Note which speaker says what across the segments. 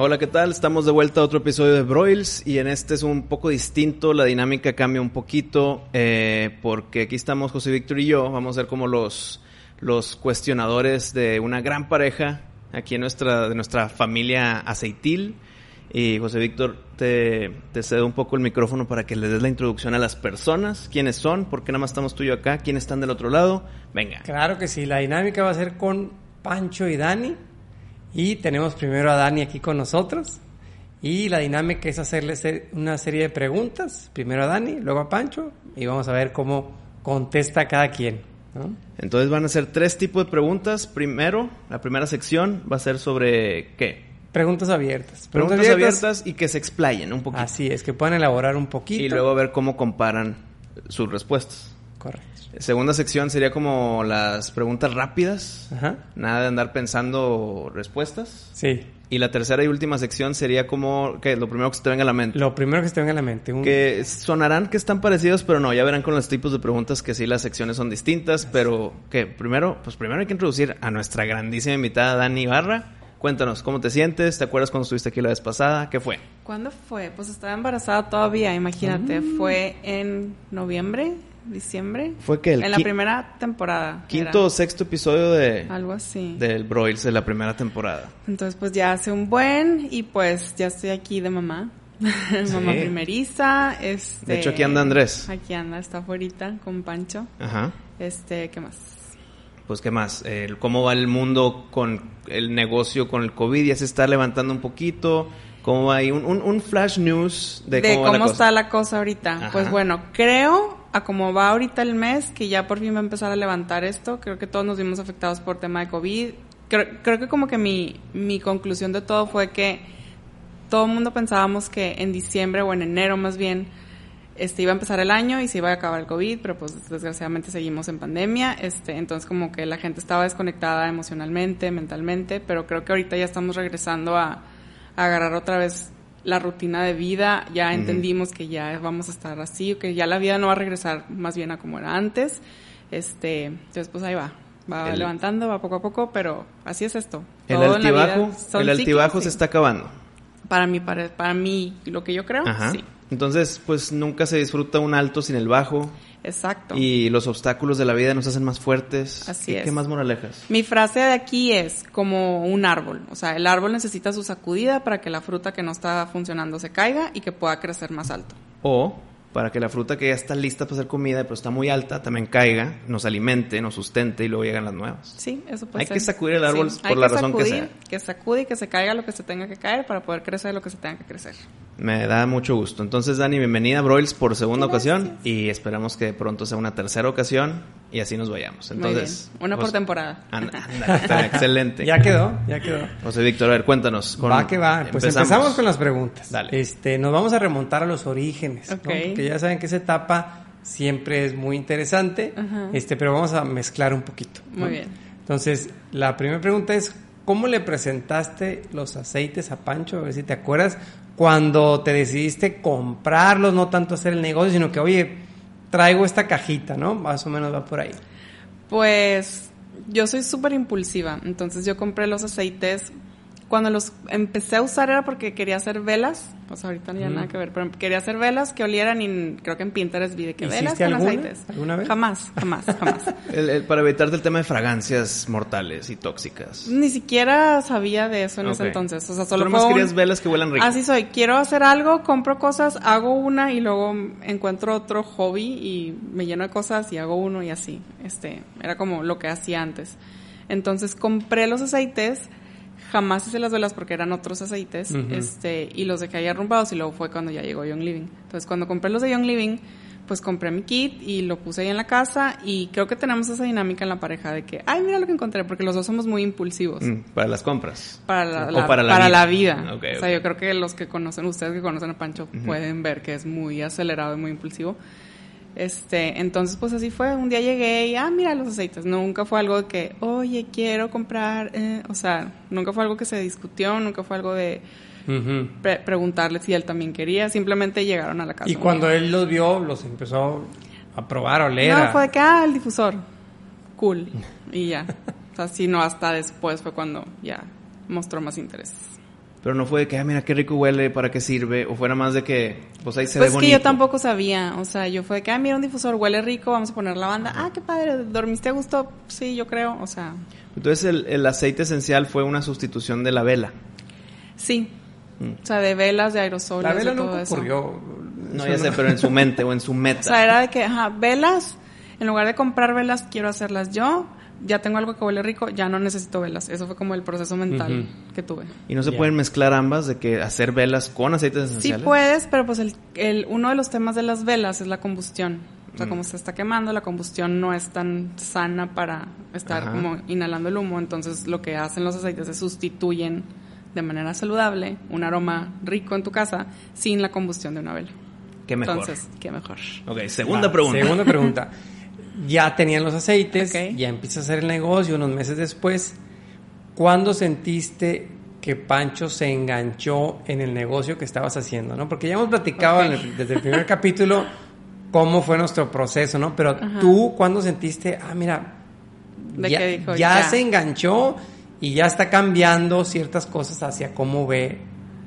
Speaker 1: Hola, ¿qué tal? Estamos de vuelta a otro episodio de Broils y en este es un poco distinto, la dinámica cambia un poquito eh, porque aquí estamos José Víctor y yo, vamos a ser como los, los cuestionadores de una gran pareja aquí en nuestra, de nuestra familia aceitil. Y José Víctor, te, te cedo un poco el micrófono para que les des la introducción a las personas, quiénes son, por qué nada más estamos tú y yo acá, quiénes están del otro lado. Venga.
Speaker 2: Claro que sí, la dinámica va a ser con Pancho y Dani. Y tenemos primero a Dani aquí con nosotros. Y la dinámica es hacerle ser- una serie de preguntas, primero a Dani, luego a Pancho, y vamos a ver cómo contesta cada quien. ¿no?
Speaker 1: Entonces van a ser tres tipos de preguntas. Primero, la primera sección va a ser sobre qué.
Speaker 2: Preguntas abiertas.
Speaker 1: Preguntas, abiertas y que se explayen un poquito.
Speaker 2: Así es, que puedan elaborar un poquito.
Speaker 1: y luego ver cómo comparan sus respuestas.
Speaker 2: Correcto.
Speaker 1: Segunda sección sería como las preguntas rápidas.
Speaker 2: Ajá.
Speaker 1: Nada de andar pensando respuestas.
Speaker 2: Sí.
Speaker 1: Y la tercera y última sección sería como que lo primero que se te venga a la mente.
Speaker 2: Lo primero que se te venga a la mente. un-
Speaker 1: Que sonarán que están parecidos, pero no, ya verán con los tipos de preguntas que sí las secciones son distintas, pero que primero, pues primero hay que introducir a nuestra grandísima invitada Dani Barra. Cuéntanos, ¿cómo te sientes? ¿Te acuerdas cuando estuviste aquí la vez pasada? ¿Qué fue?
Speaker 3: ¿Cuándo fue? Pues estaba embarazada todavía, imagínate.
Speaker 1: Mm.
Speaker 3: Fue en noviembre, diciembre.
Speaker 1: Fue que el
Speaker 3: En la
Speaker 1: qui-
Speaker 3: primera temporada.
Speaker 1: Quinto o
Speaker 3: era.
Speaker 1: sexto episodio de
Speaker 3: Algo así.
Speaker 1: del Broils de la primera temporada.
Speaker 3: Entonces, pues ya hace un buen y pues ya estoy aquí de mamá. mamá primeriza. Este,
Speaker 1: De hecho, aquí anda Andrés.
Speaker 3: Aquí anda, está afuera con Pancho.
Speaker 1: Ajá.
Speaker 3: Este, ¿qué más?
Speaker 1: Pues qué más, El- cómo va el mundo con el negocio con el COVID, ya se está levantando un poquito, cómo va ahí un, un- un flash news de, cómo, va la cosa.
Speaker 3: está la cosa ahorita.
Speaker 1: Ajá.
Speaker 3: Pues bueno, creo, a como va ahorita el mes, que ya por fin va a empezar a levantar esto. Creo que todos nos vimos afectados por tema de COVID. Creo, creo que como que mi, mi conclusión de todo fue que todo el mundo pensábamos que en diciembre o en enero más bien este iba a empezar el año y se iba a acabar el COVID, pero pues desgraciadamente seguimos en pandemia, este, entonces como que la gente estaba desconectada emocionalmente, mentalmente, pero creo que ahorita ya estamos regresando a, a agarrar otra vez la rutina de vida, ya entendimos que ya vamos a estar así, que ya la vida no va a regresar más bien a como era antes, este, entonces pues ahí va, va
Speaker 1: El-
Speaker 3: levantando, va poco a poco, pero así es esto.
Speaker 1: El
Speaker 3: Todo en la vida
Speaker 1: altibajo,
Speaker 3: son
Speaker 1: el altibajo
Speaker 3: ciclos,
Speaker 1: se
Speaker 3: sí.
Speaker 1: está acabando.
Speaker 3: Para mí, para, para mí, lo que yo creo,
Speaker 1: Ajá.
Speaker 3: sí.
Speaker 1: Entonces, pues nunca se disfruta un alto sin el bajo
Speaker 3: Exacto.
Speaker 1: y los obstáculos de la vida nos hacen más fuertes.
Speaker 3: Así
Speaker 1: ¿Qué,
Speaker 3: es.
Speaker 1: qué más moralejas?
Speaker 3: Mi frase de aquí es como un árbol. O sea, el árbol necesita su sacudida para que la fruta que no está funcionando se caiga y que pueda crecer más alto.
Speaker 1: O para que la fruta que ya está lista para hacer comida, pero está muy alta, también caiga, nos alimente, nos sustente y luego llegan las nuevas.
Speaker 3: Sí, eso puede
Speaker 1: Hay
Speaker 3: ser.
Speaker 1: que sacudir el árbol
Speaker 3: Sí,
Speaker 1: por
Speaker 3: hay
Speaker 1: la razón que
Speaker 3: sacudir,
Speaker 1: sea.
Speaker 3: Que sacude y que se caiga lo que se tenga que caer para poder crecer lo que se tenga que crecer.
Speaker 1: Me da mucho gusto. Entonces, Dani, bienvenida a Broils por segunda ocasión y esperamos que pronto sea una tercera ocasión y así nos vayamos.
Speaker 3: Muy
Speaker 1: Entonces,
Speaker 3: bien. Una por
Speaker 1: José-
Speaker 3: temporada.
Speaker 1: Anda, anda, está excelente.
Speaker 2: Ya quedó, ya quedó.
Speaker 1: José Víctor, a ver, cuéntanos. con-
Speaker 2: va que va. Pues empezamos, con las preguntas.
Speaker 1: Dale.
Speaker 2: Este, nos vamos a remontar a los orígenes, ¿no?
Speaker 3: Ok.
Speaker 2: porque ya saben que esa etapa siempre es muy interesante.
Speaker 3: Ajá.
Speaker 2: Este, pero vamos a mezclar un poquito. ¿no?
Speaker 3: Muy bien.
Speaker 2: Entonces, la primera pregunta es ¿cómo le presentaste los aceites a Pancho? A ver si te acuerdas cuando te decidiste comprarlos, no tanto hacer el negocio, sino que oye, traigo esta cajita, ¿no? Más o menos va por ahí.
Speaker 3: Pues yo soy súper impulsiva, entonces yo compré los aceites. Cuando los empecé a usar era porque quería hacer velas, o sea, ahorita no ya nada que ver, pero quería hacer velas que olieran y creo que en Pinterest vi de que
Speaker 2: ¿Hiciste
Speaker 3: velas con
Speaker 2: alguna?
Speaker 3: aceites.
Speaker 2: ¿Alguna vez?
Speaker 3: Jamás, jamás, jamás.
Speaker 1: El- el- para evitarte el tema de fragancias mortales y tóxicas.
Speaker 3: Ni siquiera sabía de eso en ese
Speaker 1: Ok.
Speaker 3: entonces, o sea, solo
Speaker 1: Pero
Speaker 3: fue
Speaker 1: más
Speaker 3: un- Ah,
Speaker 1: querías velas que huelan rico.
Speaker 3: Así soy, quiero hacer algo, compro cosas, hago una y luego encuentro otro hobby y me lleno de cosas y hago uno y así. Este, era como lo que hacía antes. Entonces compré los aceites, Jamás hice las velas porque eran otros aceites
Speaker 2: Ujú.
Speaker 3: este, y los dejé ahí arrumbados y luego fue cuando ya llegó Young Living. Entonces cuando compré los de Young Living, pues compré mi kit y lo puse ahí en la casa y creo que tenemos esa dinámica en la pareja de que, ay, mira lo que encontré, porque los dos somos muy impulsivos
Speaker 1: Mm, Para las compras.
Speaker 3: para la,
Speaker 1: O
Speaker 3: la-
Speaker 1: para
Speaker 3: para
Speaker 1: la
Speaker 3: la
Speaker 1: vida.
Speaker 3: vida.
Speaker 1: Ok,
Speaker 3: o sea,
Speaker 1: ok.
Speaker 3: yo creo que los que conocen, ustedes que conocen a Pancho, pueden ver que es muy acelerado y muy impulsivo. Este, entonces pues así fue, un día llegué y, ah, mira los aceites, nunca fue algo de que, oye, quiero comprar, eh", o sea, nunca fue algo que se discutió, nunca fue algo de
Speaker 2: Ujú.
Speaker 3: pre- preguntarle si él también quería, simplemente llegaron a la casa.
Speaker 2: Y
Speaker 3: un
Speaker 2: cuando
Speaker 3: día.
Speaker 2: él los vio, los empezó a probar, a oler.
Speaker 3: No,
Speaker 2: a-
Speaker 3: fue de que, ah, el difusor, cool, y ya. O sea, sí, no, hasta después fue cuando ya mostró más interés.
Speaker 1: Pero no fue de que, ah, mira qué rico huele, para qué sirve. O fuera más de que, pues ahí se
Speaker 3: Pues
Speaker 1: ve
Speaker 3: es
Speaker 1: bonito.
Speaker 3: que yo tampoco sabía, o sea, yo fue de que, ah, mira un difusor, huele rico, vamos a poner la banda. Ah, qué padre, ¿dormiste a gusto? Sí, yo creo, o sea,
Speaker 1: Entonces el, el aceite esencial fue una sustitución de la vela.
Speaker 3: sí. O sea, de velas, de aerosoles,
Speaker 2: Mm. La vela
Speaker 3: de todo
Speaker 2: nunca
Speaker 3: eso.
Speaker 2: ocurrió.
Speaker 1: No, ya sé, pero en su mente o en su meta.
Speaker 3: O sea, era de que, ajá, velas, en lugar de comprar velas, quiero hacerlas yo. Ya tengo algo que huele rico, ya no necesito velas. Eso fue como el proceso mental que tuve.
Speaker 1: Y no se pueden mezclar ambas de que hacer velas con aceites
Speaker 3: Sí
Speaker 1: esenciales.
Speaker 3: puedes, pero pues el, el- uno de los temas de las velas es la combustión. O
Speaker 1: Mm.
Speaker 3: sea, como se está quemando, la combustión no es tan sana para estar
Speaker 1: Ajá.
Speaker 3: como inhalando el humo. Entonces, lo que hacen los aceites es sustituyen de manera saludable un aroma rico en tu casa sin la combustión de una vela.
Speaker 1: Qué mejor.
Speaker 3: Entonces, qué mejor.
Speaker 1: ok, segunda
Speaker 2: Va,
Speaker 1: pregunta.
Speaker 2: Segunda pregunta. Ya tenían los aceites,
Speaker 3: Ok.
Speaker 2: ya empieza a hacer el negocio unos meses después. ¿Cuándo sentiste que Pancho se enganchó en el negocio que estabas haciendo? ¿no? Porque ya hemos platicado
Speaker 3: Ok.
Speaker 2: en el- desde el primer capítulo cómo fue nuestro proceso, ¿no? Pero tú, ¿cuándo sentiste, ah, mira,
Speaker 3: De
Speaker 2: ya,
Speaker 3: que dijo,
Speaker 2: ya
Speaker 3: ya.
Speaker 2: se enganchó y ya está cambiando ciertas cosas hacia cómo ve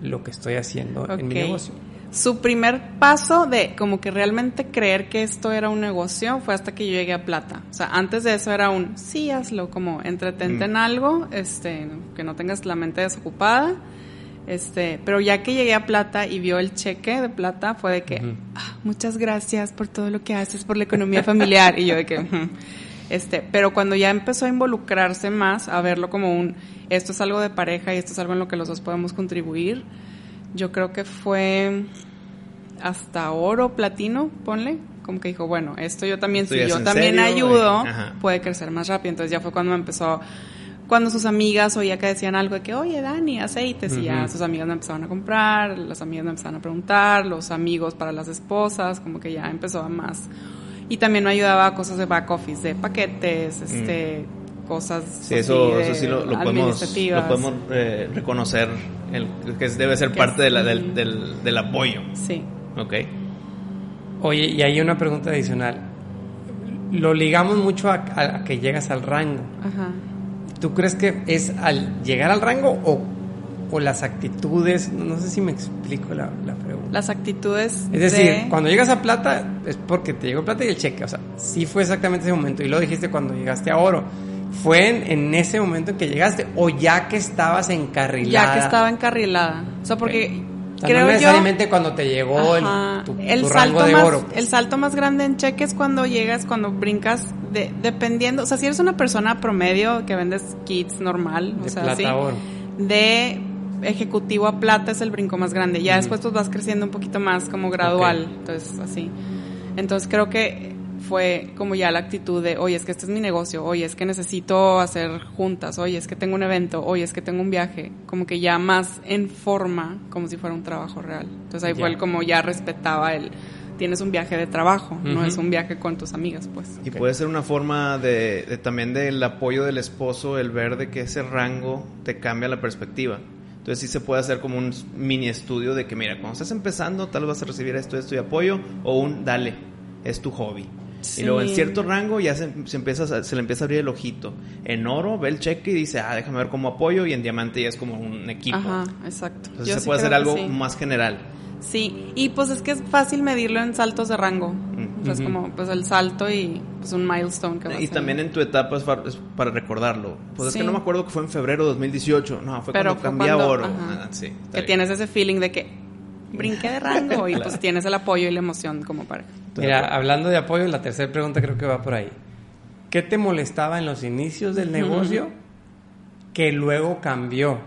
Speaker 2: lo que estoy haciendo en mi
Speaker 3: Ok.
Speaker 2: negocio?
Speaker 3: Su primer paso de como que realmente creer que esto era un negocio fue hasta que yo llegué a Plata. O sea, antes de eso era un sí, hazlo, como entretente
Speaker 2: Mm.
Speaker 3: en algo, este, que no tengas la mente desocupada. Este, pero ya que llegué a Plata y vio el cheque de Plata, fue de que, "Ah, muchas gracias por todo lo que haces por la economía familiar. y yo de que, "Ujú". este, pero cuando ya empezó a involucrarse más, a verlo como un, esto es algo de pareja y esto es algo en lo que los dos podemos contribuir, yo creo que fue hasta oro platino, ponle, como que dijo, bueno, esto yo también,
Speaker 1: Esto ya
Speaker 3: si
Speaker 1: es
Speaker 3: yo
Speaker 1: en
Speaker 3: también
Speaker 1: serio,
Speaker 3: ayudo,
Speaker 1: eh, ajá.
Speaker 3: puede crecer más rápido. Entonces ya fue cuando me empezó, cuando sus amigas oía que decían algo de que, oye, Dani, aceites, y ya sus amigas me empezaron a comprar, las amigas me empezaron a preguntar, los amigos para las esposas, como que ya empezó a más. Y también me ayudaba a cosas de back office, de paquetes, este, cosas
Speaker 1: Mm. Sí, eso,
Speaker 3: así de
Speaker 1: eso sí lo, lo podemos,
Speaker 3: administrativas.
Speaker 1: lo podemos eh, reconocer, el- que debe ser parte de la- del, del- del apoyo.
Speaker 3: Sí.
Speaker 1: Ok.
Speaker 2: Oye, y hay una pregunta adicional. Lo ligamos mucho a, a- a que llegas al rango.
Speaker 3: Ajá.
Speaker 2: ¿Tú crees que es al llegar al rango o, o las actitudes? No, no sé si me explico la, la pregunta.
Speaker 3: Las actitudes.
Speaker 2: es decir,
Speaker 3: de-
Speaker 2: cuando llegas a plata es porque te llegó plata y el cheque. O sea, sí fue exactamente ese momento. Y lo dijiste cuando llegaste a oro. ¿Fue en, en ese momento en que llegaste o ya que estabas encarrilada?
Speaker 3: Ya que estaba encarrilada. O sea, porque
Speaker 2: O sea,
Speaker 3: creo
Speaker 2: no
Speaker 3: yo.
Speaker 2: necesariamente cuando te llegó el,
Speaker 3: Ajá.
Speaker 2: tu,
Speaker 3: El
Speaker 2: tu rango
Speaker 3: salto
Speaker 2: de
Speaker 3: más,
Speaker 2: oro. pues.
Speaker 3: El salto más grande en cheque es cuando llegas, cuando brincas, de, dependiendo. O sea, si eres una persona promedio que vendes kits normal, o
Speaker 2: De
Speaker 3: sea,
Speaker 2: plata
Speaker 3: sí,
Speaker 2: a oro.
Speaker 3: de ejecutivo a plata es el brinco más grande. Ya después pues vas creciendo un poquito más como gradual. Entonces, así. Entonces creo que fue como ya la actitud de, oye, es que este es mi negocio, oye, es que necesito hacer juntas, oye, es que tengo un evento, oye, es que tengo un viaje, como que ya más en forma, como si fuera un trabajo real. Entonces ahí
Speaker 2: Ya.
Speaker 3: fue el como ya respetaba el, tienes un viaje de trabajo, no
Speaker 2: Ujú.
Speaker 3: es un viaje con tus amigas, pues.
Speaker 1: Y puede ser una forma de, de también del apoyo del esposo, el ver de que ese rango te cambia la perspectiva. Entonces sí se puede hacer como un mini estudio de que, mira, cuando estás empezando, tal vez vas a recibir esto, esto y apoyo, o un dale, es tu hobby.
Speaker 3: Sí.
Speaker 1: Y luego en cierto rango ya se, se empieza, a- se le empieza a abrir el ojito. En oro ve el cheque y dice, ah, déjame ver cómo apoyo, y en diamante ya es como un equipo.
Speaker 3: Ajá, exacto.
Speaker 1: Entonces
Speaker 3: Yo
Speaker 1: se
Speaker 3: sí
Speaker 1: puede hacer
Speaker 3: creo que
Speaker 1: algo
Speaker 3: sí.
Speaker 1: más general.
Speaker 3: Sí, y pues es que es fácil medirlo en saltos de rango. O sea, es como pues el salto y pues un milestone que vas
Speaker 1: Y
Speaker 3: a-
Speaker 1: también en tu etapa es fa- es para recordarlo. Pues
Speaker 3: Sí.
Speaker 1: es que no me acuerdo que fue en febrero de 2018. No, fue
Speaker 3: Pero
Speaker 1: cuando
Speaker 3: fue
Speaker 1: cambié a
Speaker 3: cuando-
Speaker 1: oro.
Speaker 3: ajá.
Speaker 1: Ah, sí, está
Speaker 3: que
Speaker 1: bien.
Speaker 3: tienes ese feeling de que brinqué de rango y pues tienes el apoyo y la emoción como pareja.
Speaker 1: Estoy de
Speaker 2: Mira,
Speaker 1: acuerdo.
Speaker 2: hablando de apoyo, la tercera pregunta creo que va por ahí. ¿Qué te molestaba en los inicios del negocio que luego cambió?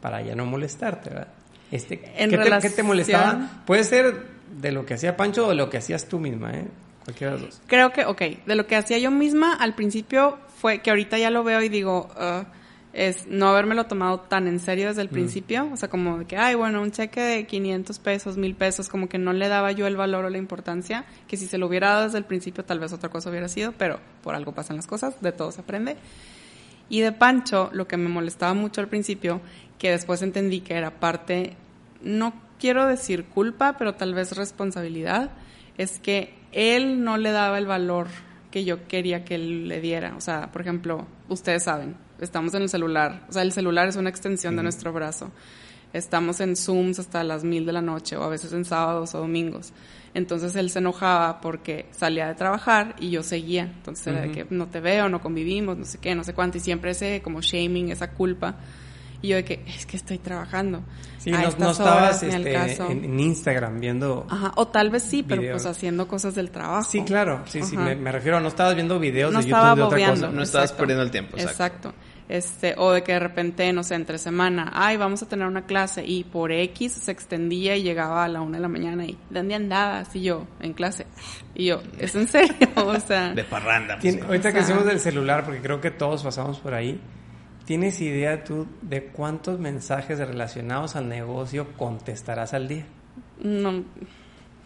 Speaker 2: para ya no molestarte, ¿verdad? Este,
Speaker 3: En
Speaker 2: ¿qué, te, qué te
Speaker 3: relación-
Speaker 2: molestaba? Puede ser de lo que hacía Pancho o de lo que hacías tú misma, ¿eh? Cualquiera de los dos.
Speaker 3: Creo que, ok, de lo que hacía yo misma al principio fue que ahorita ya lo veo y digo, "Ugh", es no habérmelo tomado tan en serio desde el principio. O sea, como de que, ay, bueno, un cheque de 500 pesos, 1000 pesos, como que no le daba yo el valor o la importancia, que si se lo hubiera dado desde el principio tal vez otra cosa hubiera sido, pero por algo pasan las cosas, de todo se aprende. Y de Pancho, lo que me molestaba mucho al principio, que después entendí que era parte, no quiero decir culpa, pero tal vez responsabilidad, es que él no le daba el valor que yo quería que él le diera. O sea, por ejemplo, ustedes saben, estamos en el celular. O sea, el celular es una extensión de nuestro brazo. Estamos en Zooms hasta las mil de la noche o a veces en sábados o domingos. Entonces él se enojaba porque salía de trabajar y yo seguía. Entonces era de que no te veo, no convivimos, no sé qué, no sé cuánto. Y siempre ese como shaming, esa culpa. Y yo de que es que estoy trabajando.
Speaker 2: Sí,
Speaker 3: A
Speaker 2: no,
Speaker 3: estas
Speaker 2: no estabas
Speaker 3: horas, ni al
Speaker 2: este,
Speaker 3: caso".
Speaker 2: en, en Instagram viendo...
Speaker 3: Ajá, o tal vez sí, pero
Speaker 2: Videos.
Speaker 3: pues haciendo cosas del trabajo.
Speaker 2: Sí, claro, sí, sí,
Speaker 3: Ajá.
Speaker 2: me, me refiero a no estabas viendo videos
Speaker 3: no
Speaker 2: de
Speaker 3: estaba
Speaker 2: YouTube de otra
Speaker 3: bobeando.
Speaker 2: cosa.
Speaker 1: No estabas perdiendo el tiempo, exacto.
Speaker 3: Este, o de que de repente, no sé, entre semana, ay, vamos a tener una clase y por X se extendía y llegaba a la una de la mañana y ¿dónde andabas? Y yo, en clase. Y yo, ¿es en serio? O sea,
Speaker 1: De parranda. pues,
Speaker 2: Tien- ahorita que
Speaker 3: Ajá.
Speaker 2: hacemos del celular, porque creo que todos pasamos por ahí, ¿tienes idea tú de cuántos mensajes relacionados al negocio contestarás al día?
Speaker 3: no.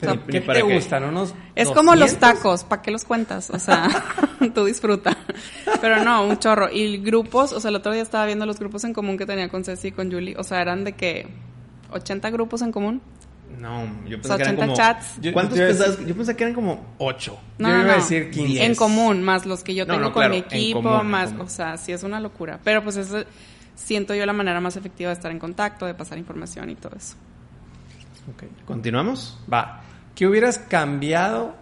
Speaker 2: Pero,
Speaker 1: Ni- ni
Speaker 2: ¿Qué
Speaker 1: para
Speaker 2: te
Speaker 1: qué.
Speaker 2: gustan? ¿Unos
Speaker 3: Es como los
Speaker 2: 200?
Speaker 3: tacos, ¿para qué los cuentas? O sea, tú disfruta. Pero no, un chorro. Y grupos, o sea, el otro día estaba viendo los grupos en común que tenía con Ceci y con Julie. O sea, eran de que 80 grupos en común.
Speaker 1: No, yo
Speaker 3: O
Speaker 1: pensé
Speaker 3: sea,
Speaker 1: que eran
Speaker 3: 80
Speaker 1: como...
Speaker 3: chats.
Speaker 1: Yo- ¿Cuántos
Speaker 2: Yo te iba a decir-
Speaker 1: pensabas? Yo pensé que eran como ocho.
Speaker 3: No,
Speaker 2: Yo
Speaker 3: no,
Speaker 2: iba a
Speaker 3: no.
Speaker 2: decir 15.
Speaker 3: En común, más los que yo
Speaker 1: No,
Speaker 3: tengo
Speaker 1: no,
Speaker 3: con
Speaker 1: claro,
Speaker 3: mi
Speaker 1: en
Speaker 3: equipo,
Speaker 1: común, en
Speaker 3: más,
Speaker 1: común.
Speaker 3: o sea, sí es una locura. Pero pues es, siento yo la manera más efectiva de estar en contacto, de pasar información y todo eso.
Speaker 2: Ok.
Speaker 1: ¿Continuamos?
Speaker 2: Va. ¿Qué hubieras cambiado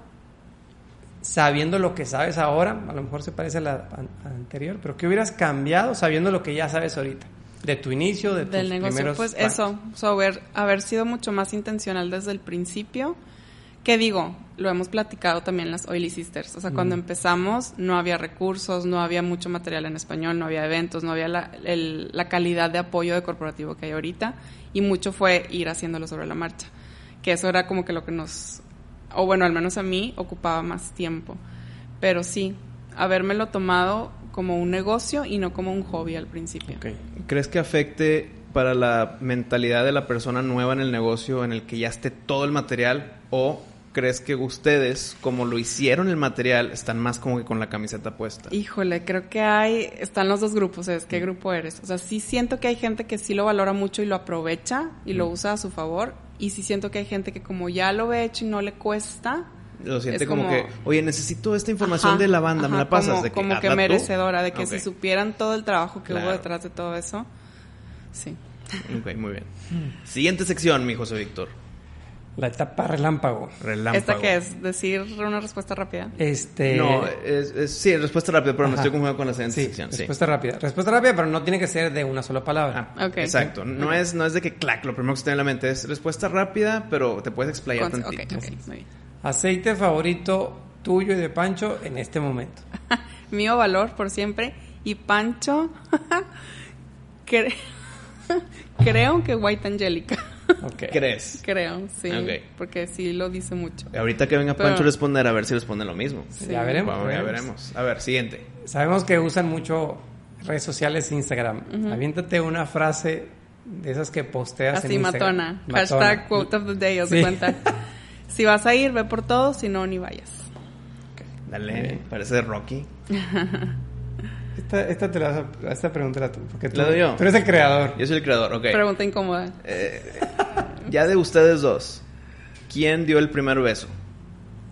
Speaker 2: sabiendo lo que sabes ahora? A lo mejor se parece a la an- anterior, pero ¿qué hubieras cambiado sabiendo lo que ya sabes ahorita? De tu inicio, de tus
Speaker 3: del negocio.
Speaker 2: primeros
Speaker 3: Pues
Speaker 2: pasos.
Speaker 3: eso, o sea, haber, haber sido mucho más intencional desde el principio. Que digo, lo hemos platicado también las Oily Sisters. O sea, cuando
Speaker 2: Mm.
Speaker 3: empezamos no había recursos, no había mucho material en español, no había eventos, no había la, el- la calidad de apoyo de corporativo que hay ahorita. Y mucho fue ir haciéndolo sobre la marcha. Que eso era como que lo que nos, o bueno, al menos a mí, ocupaba más tiempo. Pero sí, habérmelo tomado como un negocio y no como un hobby al principio.
Speaker 2: Ok.
Speaker 1: ¿Crees que afecte para la mentalidad de la persona nueva en el negocio en el que ya esté todo el material o crees que ustedes, como lo hicieron el material, están más como que con la camiseta puesta?
Speaker 3: Híjole, creo que hay, están los dos grupos, es qué grupo eres. O sea, sí siento que hay gente que sí lo valora mucho y lo aprovecha y lo usa a su favor. Y sí siento que hay gente que como ya lo ve hecho y no le cuesta.
Speaker 1: Lo siente
Speaker 3: es
Speaker 1: como,
Speaker 3: como-
Speaker 1: que, oye, necesito esta información
Speaker 3: Ajá,
Speaker 1: de la banda, ¿me
Speaker 3: ajá,
Speaker 1: la pasas?
Speaker 3: Como,
Speaker 1: de
Speaker 3: como que
Speaker 1: hazla tú.
Speaker 3: merecedora, de que
Speaker 1: Ok,
Speaker 3: si supieran todo el trabajo que hubo
Speaker 1: Claro.
Speaker 3: detrás de todo eso. Sí.
Speaker 1: ok, muy bien. Siguiente sección, mi José Víctor.
Speaker 2: La etapa relámpago.
Speaker 1: Relámpago.
Speaker 3: ¿Esta que es? ¿Decir una respuesta rápida?
Speaker 2: Este,
Speaker 1: No, es, es- sí, respuesta rápida, pero me
Speaker 2: Ajá.
Speaker 1: estoy confundiendo con la siguiente
Speaker 2: sí,
Speaker 1: sección. sí.
Speaker 2: respuesta rápida. Respuesta rápida, pero no tiene que ser de una sola palabra.
Speaker 1: Ah,
Speaker 3: Ok.
Speaker 1: Exacto. No es, no es de que clac, lo primero que se te viene a la mente es respuesta rápida, pero te puedes explayar
Speaker 3: Con- ok,
Speaker 1: tantito.
Speaker 3: ok, muy bien.
Speaker 2: Aceite favorito tuyo y de Pancho en este momento.
Speaker 3: Mío valor por siempre. Y Pancho, cre- creo que White Angelica.
Speaker 2: Ok.
Speaker 1: ¿Crees?
Speaker 3: Creo, sí.
Speaker 1: Ok.
Speaker 3: Porque sí lo dice mucho.
Speaker 1: Ahorita que venga
Speaker 3: Pero-
Speaker 1: Pancho a responder, a ver si responde lo mismo.
Speaker 3: Sí.
Speaker 2: Ya veremos.
Speaker 1: Bueno, ya veremos. A ver, siguiente.
Speaker 2: Sabemos que usan mucho redes sociales Instagram. Aviéntate una frase de esas que posteas
Speaker 3: Así,
Speaker 2: en Instagram.
Speaker 3: matona. Hashtag quote of the day, os
Speaker 2: Sí.
Speaker 3: cuenta. Si vas a ir, ve por todo, si no, ni vayas.
Speaker 1: Dale, parece de Rocky.
Speaker 2: Esta, esta, te la vas a- esta pregunta la tú. Porque tú,
Speaker 1: ¿La doy yo?
Speaker 2: tú eres el creador.
Speaker 1: Yo soy el creador, ok.
Speaker 3: Pregunta incómoda.
Speaker 1: Eh, Ya de ustedes dos, ¿quién dio el primer beso?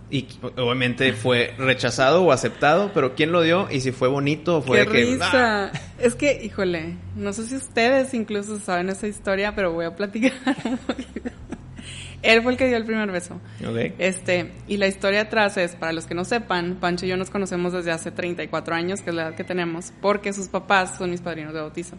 Speaker 1: Y o- obviamente fue rechazado o aceptado, pero ¿quién lo dio? Y si fue bonito o fue
Speaker 3: ¡Qué
Speaker 1: de que. ¡ah!
Speaker 3: risa! Es que, híjole, no sé si ustedes incluso saben esa historia, pero voy a platicar. Él fue el que dio el primer beso.
Speaker 1: Ok.
Speaker 3: Este, y la historia atrás es, para los que no sepan, Pancho y yo nos conocemos desde hace 34 años, que es la edad que tenemos, porque sus papás son mis padrinos de bautizo.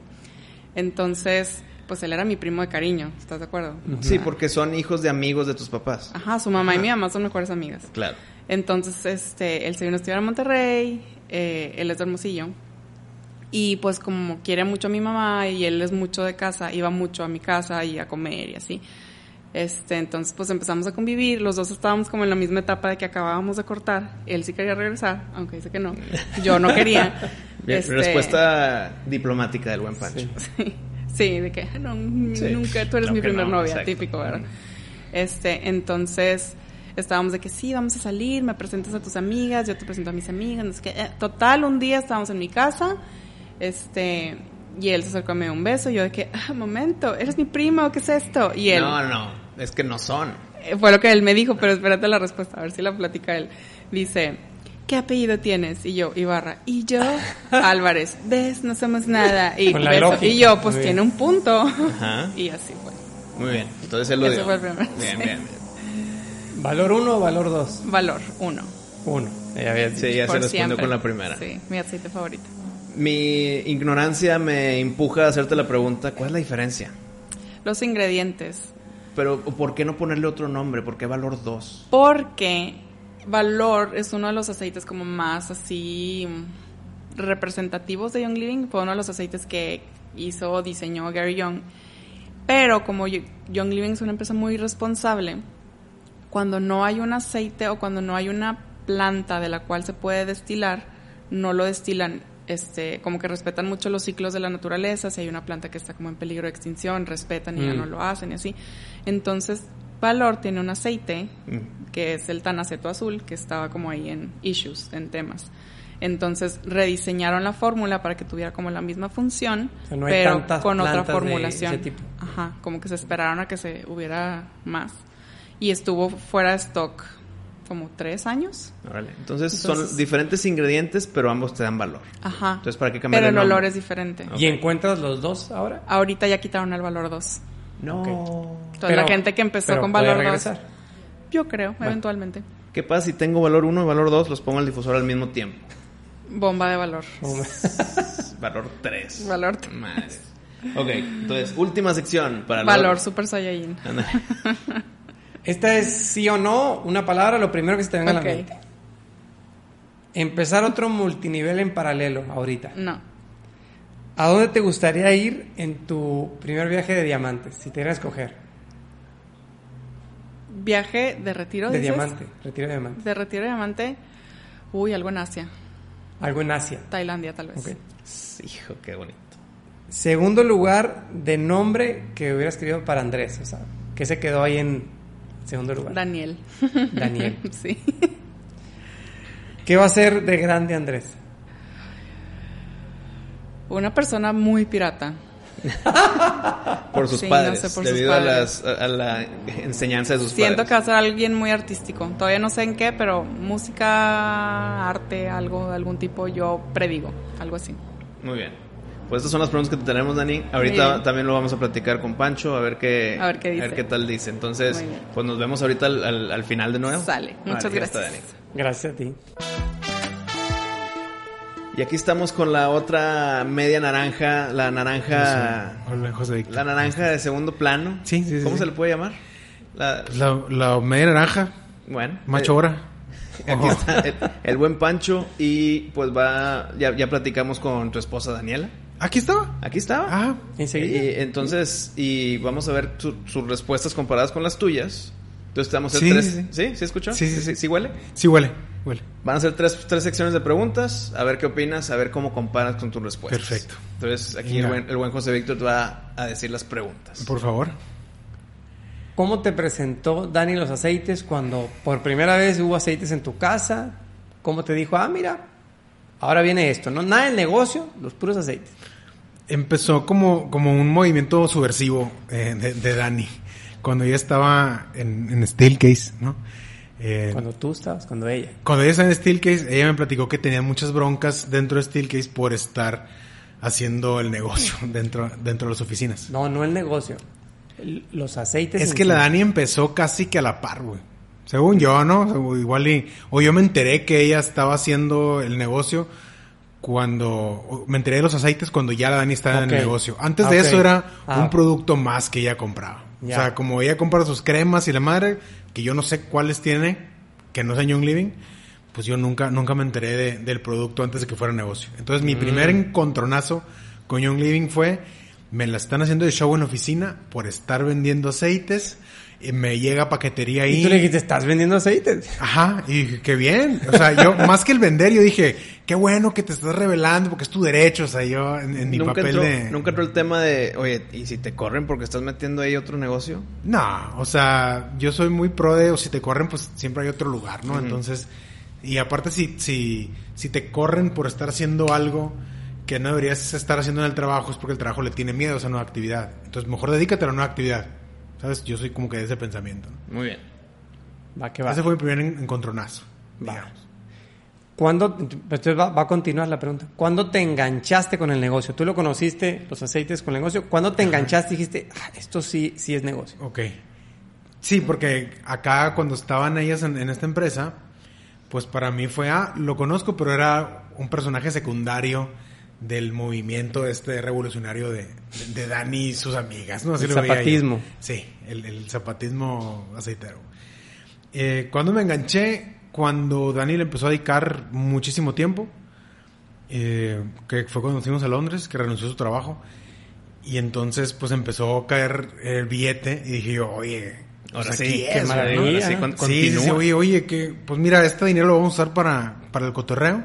Speaker 3: Entonces, pues él era mi primo de cariño, ¿estás de acuerdo?
Speaker 1: Sí, porque son hijos de amigos de tus papás.
Speaker 3: Ajá, su mamá y mi mamá son mejores amigas.
Speaker 1: Claro.
Speaker 3: Entonces, este, él se vino a estudiar a Monterrey, eh, él es de Hermosillo. Y pues como quiere mucho a mi mamá y él es mucho de casa, iba mucho a mi casa y a comer y así. Este, entonces pues empezamos a convivir, los dos estábamos como en la misma etapa de que acabábamos de cortar, él sí quería regresar, aunque dice que no, yo no quería.
Speaker 1: Bien,
Speaker 3: Este,
Speaker 1: Respuesta diplomática del buen Pancho.
Speaker 3: Sí, sí, de que "Ah, no,
Speaker 1: Sí.
Speaker 3: nunca tú eres
Speaker 1: No,
Speaker 3: mi
Speaker 1: que
Speaker 3: primer
Speaker 1: no,
Speaker 3: novia,
Speaker 1: exacto.
Speaker 3: típico, ¿verdad? Este, entonces estábamos de que sí, vamos a salir, me presentas a tus amigas, yo te presento a mis amigas, no sé qué. Eh, Total, un día estábamos en mi casa, este, y él se acercó a mí un beso, y yo de que, ah, momento, eres mi primo, ¿qué es esto? Y él,
Speaker 1: No, no, es que no son.
Speaker 3: eh, fue lo que él me dijo, pero espérate la respuesta, a ver si la platica él. Dice, ¿qué apellido tienes? Y yo, Ibarra. Y yo, Álvarez. ¿Ves? No somos nada. Y,
Speaker 2: Con la
Speaker 3: beso.
Speaker 2: lógica.
Speaker 3: y yo, pues
Speaker 2: Muy
Speaker 3: tiene
Speaker 2: bien.
Speaker 3: un punto.
Speaker 1: Ajá.
Speaker 3: Y así fue.
Speaker 1: Muy bien, entonces él lo
Speaker 3: Ese
Speaker 1: dio.
Speaker 3: fue el primero,
Speaker 1: Bien,
Speaker 3: sí.
Speaker 1: bien.
Speaker 2: ¿Valor 1 o valor 2?
Speaker 3: Valor, uno.
Speaker 2: 1. Ya habías dicho.
Speaker 1: Sí, ya se
Speaker 3: Por
Speaker 1: respondió
Speaker 3: siempre.
Speaker 1: con la primera.
Speaker 3: Sí, mi aceite favorito.
Speaker 1: Mi ignorancia me empuja a hacerte la pregunta, ¿cuál es la diferencia?
Speaker 3: Los ingredientes.
Speaker 1: Pero ¿por qué no ponerle otro nombre? ¿Por qué valor 2?
Speaker 3: Porque Valor es uno de los aceites como más así mm, representativos de Young Living. Fue uno de los aceites que hizo, diseñó Gary Young. Pero como Yo- Young Living es una empresa muy responsable, cuando no hay un aceite o cuando no hay una planta de la cual se puede destilar, no lo destilan. Este, como que respetan mucho los ciclos de la naturaleza, si hay una planta que está como en peligro de extinción, respetan y ya
Speaker 2: Mm.
Speaker 3: no lo hacen y así. Entonces, Valor tiene un aceite que es el tanaceto azul, que estaba como ahí en issues, en temas. Entonces rediseñaron la fórmula para que tuviera como la misma función,
Speaker 2: O sea, no hay
Speaker 3: pero
Speaker 2: tantas
Speaker 3: con otra
Speaker 2: plantas de
Speaker 3: formulación.
Speaker 2: ese tipo.
Speaker 3: Ajá, como que se esperaron a que se hubiera más. Y estuvo fuera de stock como tres años.
Speaker 1: Órale. Entonces, son
Speaker 3: Entonces-
Speaker 1: diferentes ingredientes, pero ambos te dan valor.
Speaker 3: Ajá.
Speaker 1: Entonces, ¿para qué cambiar
Speaker 3: Pero
Speaker 1: el
Speaker 3: el,
Speaker 1: nombre?
Speaker 3: olor es diferente.
Speaker 1: Ok.
Speaker 2: ¿Y encuentras los dos ahora?
Speaker 3: Ahorita ya quitaron el valor 2.
Speaker 1: No.
Speaker 3: Toda la gente que empezó
Speaker 2: pero
Speaker 3: con
Speaker 2: puede
Speaker 3: valor 2.
Speaker 2: regresar.
Speaker 3: Yo creo, eventualmente.
Speaker 1: ¿Qué pasa si tengo valor 1 y valor 2? Los pongo al difusor al mismo tiempo.
Speaker 3: Bomba de valor.
Speaker 1: Valor 3.
Speaker 3: Valor tres.
Speaker 1: Madre. Ok, entonces, última sección para los-
Speaker 3: Valor super saiyajin.
Speaker 1: Ándale.
Speaker 2: Esta es sí o no, una palabra, lo primero que se te venga
Speaker 3: Ok.
Speaker 2: a la mente. Empezar otro multinivel en paralelo ahorita.
Speaker 3: No.
Speaker 2: ¿A dónde te gustaría ir en tu primer viaje de diamantes? Si te iban a escoger.
Speaker 3: Viaje de retiro,
Speaker 2: De
Speaker 3: dices?
Speaker 2: diamante, retiro de diamante.
Speaker 3: De retiro de diamante. Uy, algo en Asia.
Speaker 2: Algo en Asia.
Speaker 3: Tailandia, tal vez.
Speaker 2: Ok.
Speaker 1: Hijo, qué bonito.
Speaker 2: Segundo lugar de nombre que hubiera escrito para Andrés, o sea, que se quedó ahí en segundo lugar.
Speaker 3: Daniel.
Speaker 2: Daniel.
Speaker 3: sí.
Speaker 2: ¿Qué va a ser de grande Andrés?
Speaker 3: Una persona muy pirata.
Speaker 1: Por sus
Speaker 3: Sí, no
Speaker 1: padres,
Speaker 3: sé, por sus
Speaker 1: debido A,
Speaker 3: padres.
Speaker 1: las, a- a la enseñanza de sus
Speaker 3: Siento que va
Speaker 1: padres.
Speaker 3: a ser alguien muy artístico. Todavía no sé en qué, pero música, arte, algo de algún tipo, yo predigo. Algo así.
Speaker 1: Muy bien. Pues estas son las preguntas que te tenemos, Dani.
Speaker 3: Muy
Speaker 1: Ahorita
Speaker 3: bien.
Speaker 1: también lo vamos a platicar con Pancho, a ver qué,
Speaker 3: A ver qué dice.
Speaker 1: tal dice. Entonces,
Speaker 3: Muy bien.
Speaker 1: pues nos vemos ahorita al, al- al final de nuevo.
Speaker 3: Sale. Muchas
Speaker 1: Vale, ya está,
Speaker 3: gracias.
Speaker 1: Dani.
Speaker 2: Gracias a ti.
Speaker 1: Y aquí estamos con la otra media naranja, la naranja...
Speaker 4: Hola, José Víctor.
Speaker 1: La naranja de segundo plano.
Speaker 4: Sí, sí, sí,
Speaker 1: ¿Cómo
Speaker 4: sí.
Speaker 1: se le puede llamar? La,
Speaker 4: Pues La, la media naranja,
Speaker 1: bueno.
Speaker 4: macho
Speaker 1: eh,
Speaker 4: hora.
Speaker 1: Aquí está el, el buen Pancho y pues va, ya, ya platicamos con tu esposa Daniela.
Speaker 4: ¿Aquí estaba?
Speaker 1: Aquí estaba.
Speaker 4: Ah,
Speaker 2: Enseguida.
Speaker 1: Y entonces, y vamos a ver su- sus respuestas comparadas con las tuyas. Entonces te vamos a hacer
Speaker 4: Sí,
Speaker 1: tres.
Speaker 4: sí,
Speaker 1: Sí, sí. escuchó?
Speaker 4: Sí, sí, sí.
Speaker 1: huele?
Speaker 4: sí huele, huele.
Speaker 1: Van a ser tres, tres secciones de preguntas, a ver qué opinas, a ver cómo comparas con tus respuestas.
Speaker 4: Perfecto.
Speaker 1: Entonces, aquí el
Speaker 4: Venga.
Speaker 1: buen, el buen José Víctor te va a decir las preguntas.
Speaker 4: Por favor.
Speaker 2: ¿Cómo te presentó Dani los aceites cuando por primera vez hubo aceites en tu casa? ¿Cómo te dijo, ah, mira, ahora viene esto? No, nada del negocio, los puros aceites.
Speaker 4: Empezó como, como un movimiento subversivo eh, de, de Dani, cuando ella estaba en, en Steelcase, ¿no? Eh,
Speaker 2: Cuando tú estabas, cuando ella.
Speaker 4: Cuando ella estaba en Steelcase, ella me platicó que tenía muchas broncas dentro de Steelcase por estar haciendo el negocio dentro, dentro de las oficinas.
Speaker 2: No, no el negocio. el- Los aceites.
Speaker 4: Es
Speaker 2: en
Speaker 4: que la
Speaker 2: sí.
Speaker 4: Dani empezó casi que a la par, güey. Según yo, ¿no? O Igual y... O yo me enteré que ella estaba haciendo el negocio cuando... o Me enteré de los aceites cuando ya la Dani estaba en
Speaker 2: Ok.
Speaker 4: el negocio. Antes de
Speaker 2: Ah, ok.
Speaker 4: eso era
Speaker 2: Ah.
Speaker 4: un producto más que ella compraba.
Speaker 2: Ya.
Speaker 4: O sea, como ella compra sus cremas y la madre, que yo no sé cuáles tiene, que no sean Young Living, pues yo nunca, nunca me enteré de- del producto antes de que fuera negocio. Entonces mi primer encontronazo con Young Living fue, me la están haciendo de show en la oficina por estar vendiendo aceites, y me llega paquetería ahí.
Speaker 2: Y tú le dijiste, ¿estás vendiendo aceites?
Speaker 4: Ajá, y dije, qué bien. O sea, yo, más que el vender, yo dije, qué bueno que te estás revelando porque es tu derecho. O sea, yo en, en mi
Speaker 1: nunca,
Speaker 4: papel
Speaker 1: entró,
Speaker 4: de.
Speaker 1: nunca entró el tema de, oye, ¿y si te corren porque estás metiendo ahí otro negocio?
Speaker 4: No, o sea, yo soy muy pro de, o si te corren, pues siempre hay otro lugar, ¿no? Entonces, y aparte si, si, si te corren por estar haciendo algo que no deberías estar haciendo en el trabajo, es porque el trabajo le tiene miedo a esa nueva actividad. Entonces, mejor dedícate a la nueva actividad. ¿Sabes? Yo soy como que de ese pensamiento. ¿no?
Speaker 1: Muy bien.
Speaker 2: Va que va.
Speaker 4: Ese fue mi primer en- encontronazo.
Speaker 2: Va.
Speaker 4: digamos.
Speaker 2: ¿Cuándo, entonces va, va a continuar la pregunta. ¿Cuándo te enganchaste con el negocio? ¿Tú lo conociste, los aceites con el negocio? ¿Cuándo te enganchaste y dijiste, "Ah, esto sí, sí es negocio?
Speaker 4: Ok. Sí, porque acá cuando estaban ellas en, en esta empresa, pues para mí fue, ah, lo conozco, pero era un personaje secundario del movimiento este revolucionario de, de Dani y sus amigas, ¿no? Así
Speaker 2: El
Speaker 4: lo veía yo.
Speaker 2: zapatismo.
Speaker 4: Sí, el, el zapatismo aceitero. Eh, cuando me enganché, cuando Dani le empezó a dedicar muchísimo tiempo, eh, que fue cuando nos fuimos a Londres, que renunció a su trabajo, y entonces pues empezó a caer el billete y dije yo, oye, pues,
Speaker 1: Ahora sí,
Speaker 4: aquí
Speaker 1: qué
Speaker 4: es, ¿no?
Speaker 2: maravilla,
Speaker 1: Ahora sí,
Speaker 2: ¿no?
Speaker 1: con-
Speaker 4: Sí, sí,
Speaker 1: continúa.
Speaker 4: sí, oye, oye, que pues mira, este dinero lo vamos a usar para, para el cotorreo.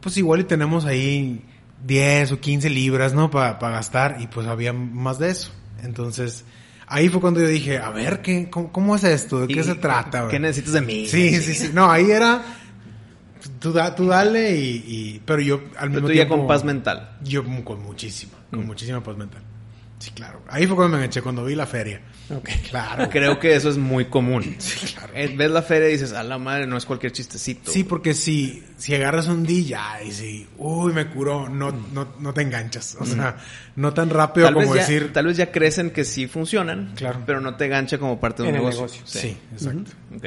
Speaker 4: Pues igual y tenemos ahí 10 o 15 libras, ¿no? Para gastar y pues había más de eso. Entonces, ahí fue cuando yo dije, a ver, ¿qué, cómo, cómo es esto? ¿De qué
Speaker 1: ¿Y
Speaker 4: se trata?
Speaker 1: ¿Qué
Speaker 4: güey?
Speaker 1: necesitas de mí?
Speaker 4: Sí, sí, sí. No, ahí era, tú, da- tú dale y, y- Pero yo al
Speaker 1: Pero
Speaker 4: mismo
Speaker 1: tú ya
Speaker 4: tiempo...
Speaker 1: con paz mental.
Speaker 4: Yo mm, con muchísima, con muchísima paz mental. Sí, claro. Ahí fue cuando me enganché, cuando vi la feria.
Speaker 2: Ok.
Speaker 4: Claro.
Speaker 1: Creo que eso es muy común. Eh, Ves la feria y dices, a la madre, no es cualquier chistecito.
Speaker 4: Sí,
Speaker 1: güey".
Speaker 4: porque si, si agarras un D ya y si, uy, me curó, no, no, no te enganchas. O sea, no tan rápido
Speaker 1: Mm. tal,
Speaker 4: como
Speaker 1: vez ya,
Speaker 4: decir.
Speaker 1: tal vez ya crecen que sí funcionan,
Speaker 4: Claro.
Speaker 1: pero no te gancha como parte de un
Speaker 2: En el
Speaker 1: negocio.
Speaker 2: negocio.
Speaker 4: sí. exacto.
Speaker 1: Ok.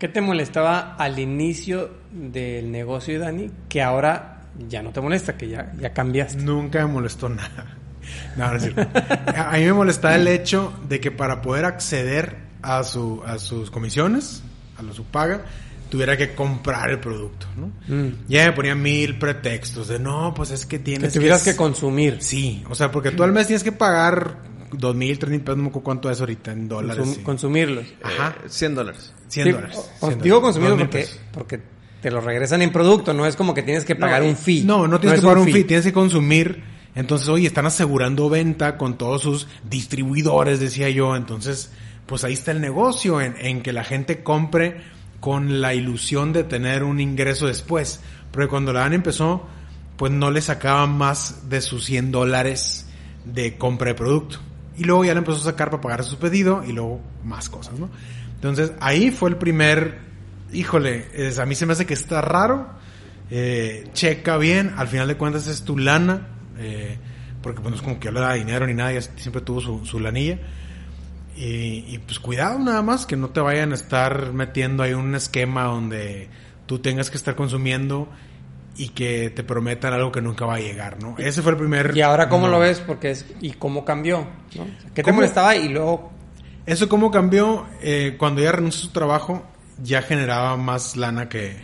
Speaker 2: ¿Qué te molestaba al inicio del negocio de Dani que ahora ya no te molesta, que ya, ya cambiaste?
Speaker 4: Nunca me molestó nada. No, no es cierto. A a mí me molestaba el hecho de que para poder acceder a, su, a sus comisiones, a lo su paga, tuviera que comprar el producto, ¿no? Ya me ponía mil pretextos de, no, pues es
Speaker 2: Mm.
Speaker 4: que
Speaker 2: Que
Speaker 4: tienes
Speaker 2: tuvieras que consumir.
Speaker 4: Sí, o sea, porque tú al mes tienes que pagar dos mil, tres mil pesos, no me acuerdo cuánto es ahorita en dólares.
Speaker 2: consum-
Speaker 4: sí.
Speaker 2: Consumirlos.
Speaker 4: Ajá.
Speaker 1: Eh, 100 dólares.
Speaker 4: 100
Speaker 2: Sí,
Speaker 4: dólares.
Speaker 2: o-
Speaker 4: 100
Speaker 2: digo
Speaker 4: dólares,
Speaker 2: consumirlos
Speaker 4: 2000
Speaker 2: porque,
Speaker 4: pesos.
Speaker 2: porque te lo regresan en producto, no es como que tienes que pagar un fee.
Speaker 4: No, no tienes
Speaker 2: es
Speaker 4: que pagar un fee. tienes que consumir. Entonces, oye, están asegurando venta con todos sus distribuidores, decía yo. Entonces, pues ahí está el negocio, en, en que la gente compre con la ilusión de tener un ingreso después. Porque cuando la Dan empezó, pues no le sacaban más de sus 100 dólares de compra de producto. Y luego ya le empezó a sacar para pagar su pedido y luego más cosas, ¿no? Entonces, ahí fue el primer, híjole, es- a mí se me hace que está raro, eh, checa bien, al final de cuentas es tu lana, eh, porque pues, no es como que yo le daba dinero ni nada, ella siempre tuvo su, su lanilla. Y, y, pues cuidado nada más, que no te vayan a estar metiendo ahí un esquema donde tú tengas que estar consumiendo y que te prometan algo que nunca va a llegar, ¿no? Ese fue el primer...
Speaker 2: ¿Y ahora cómo
Speaker 4: no.
Speaker 2: lo ves? Porque es, ¿Y cómo cambió? ¿no? O sea, ¿Qué te
Speaker 4: ¿Cómo?
Speaker 2: molestaba? Y luego,
Speaker 4: Eso cómo cambió Eh, cuando ella renunció a su trabajo, ya generaba más lana que,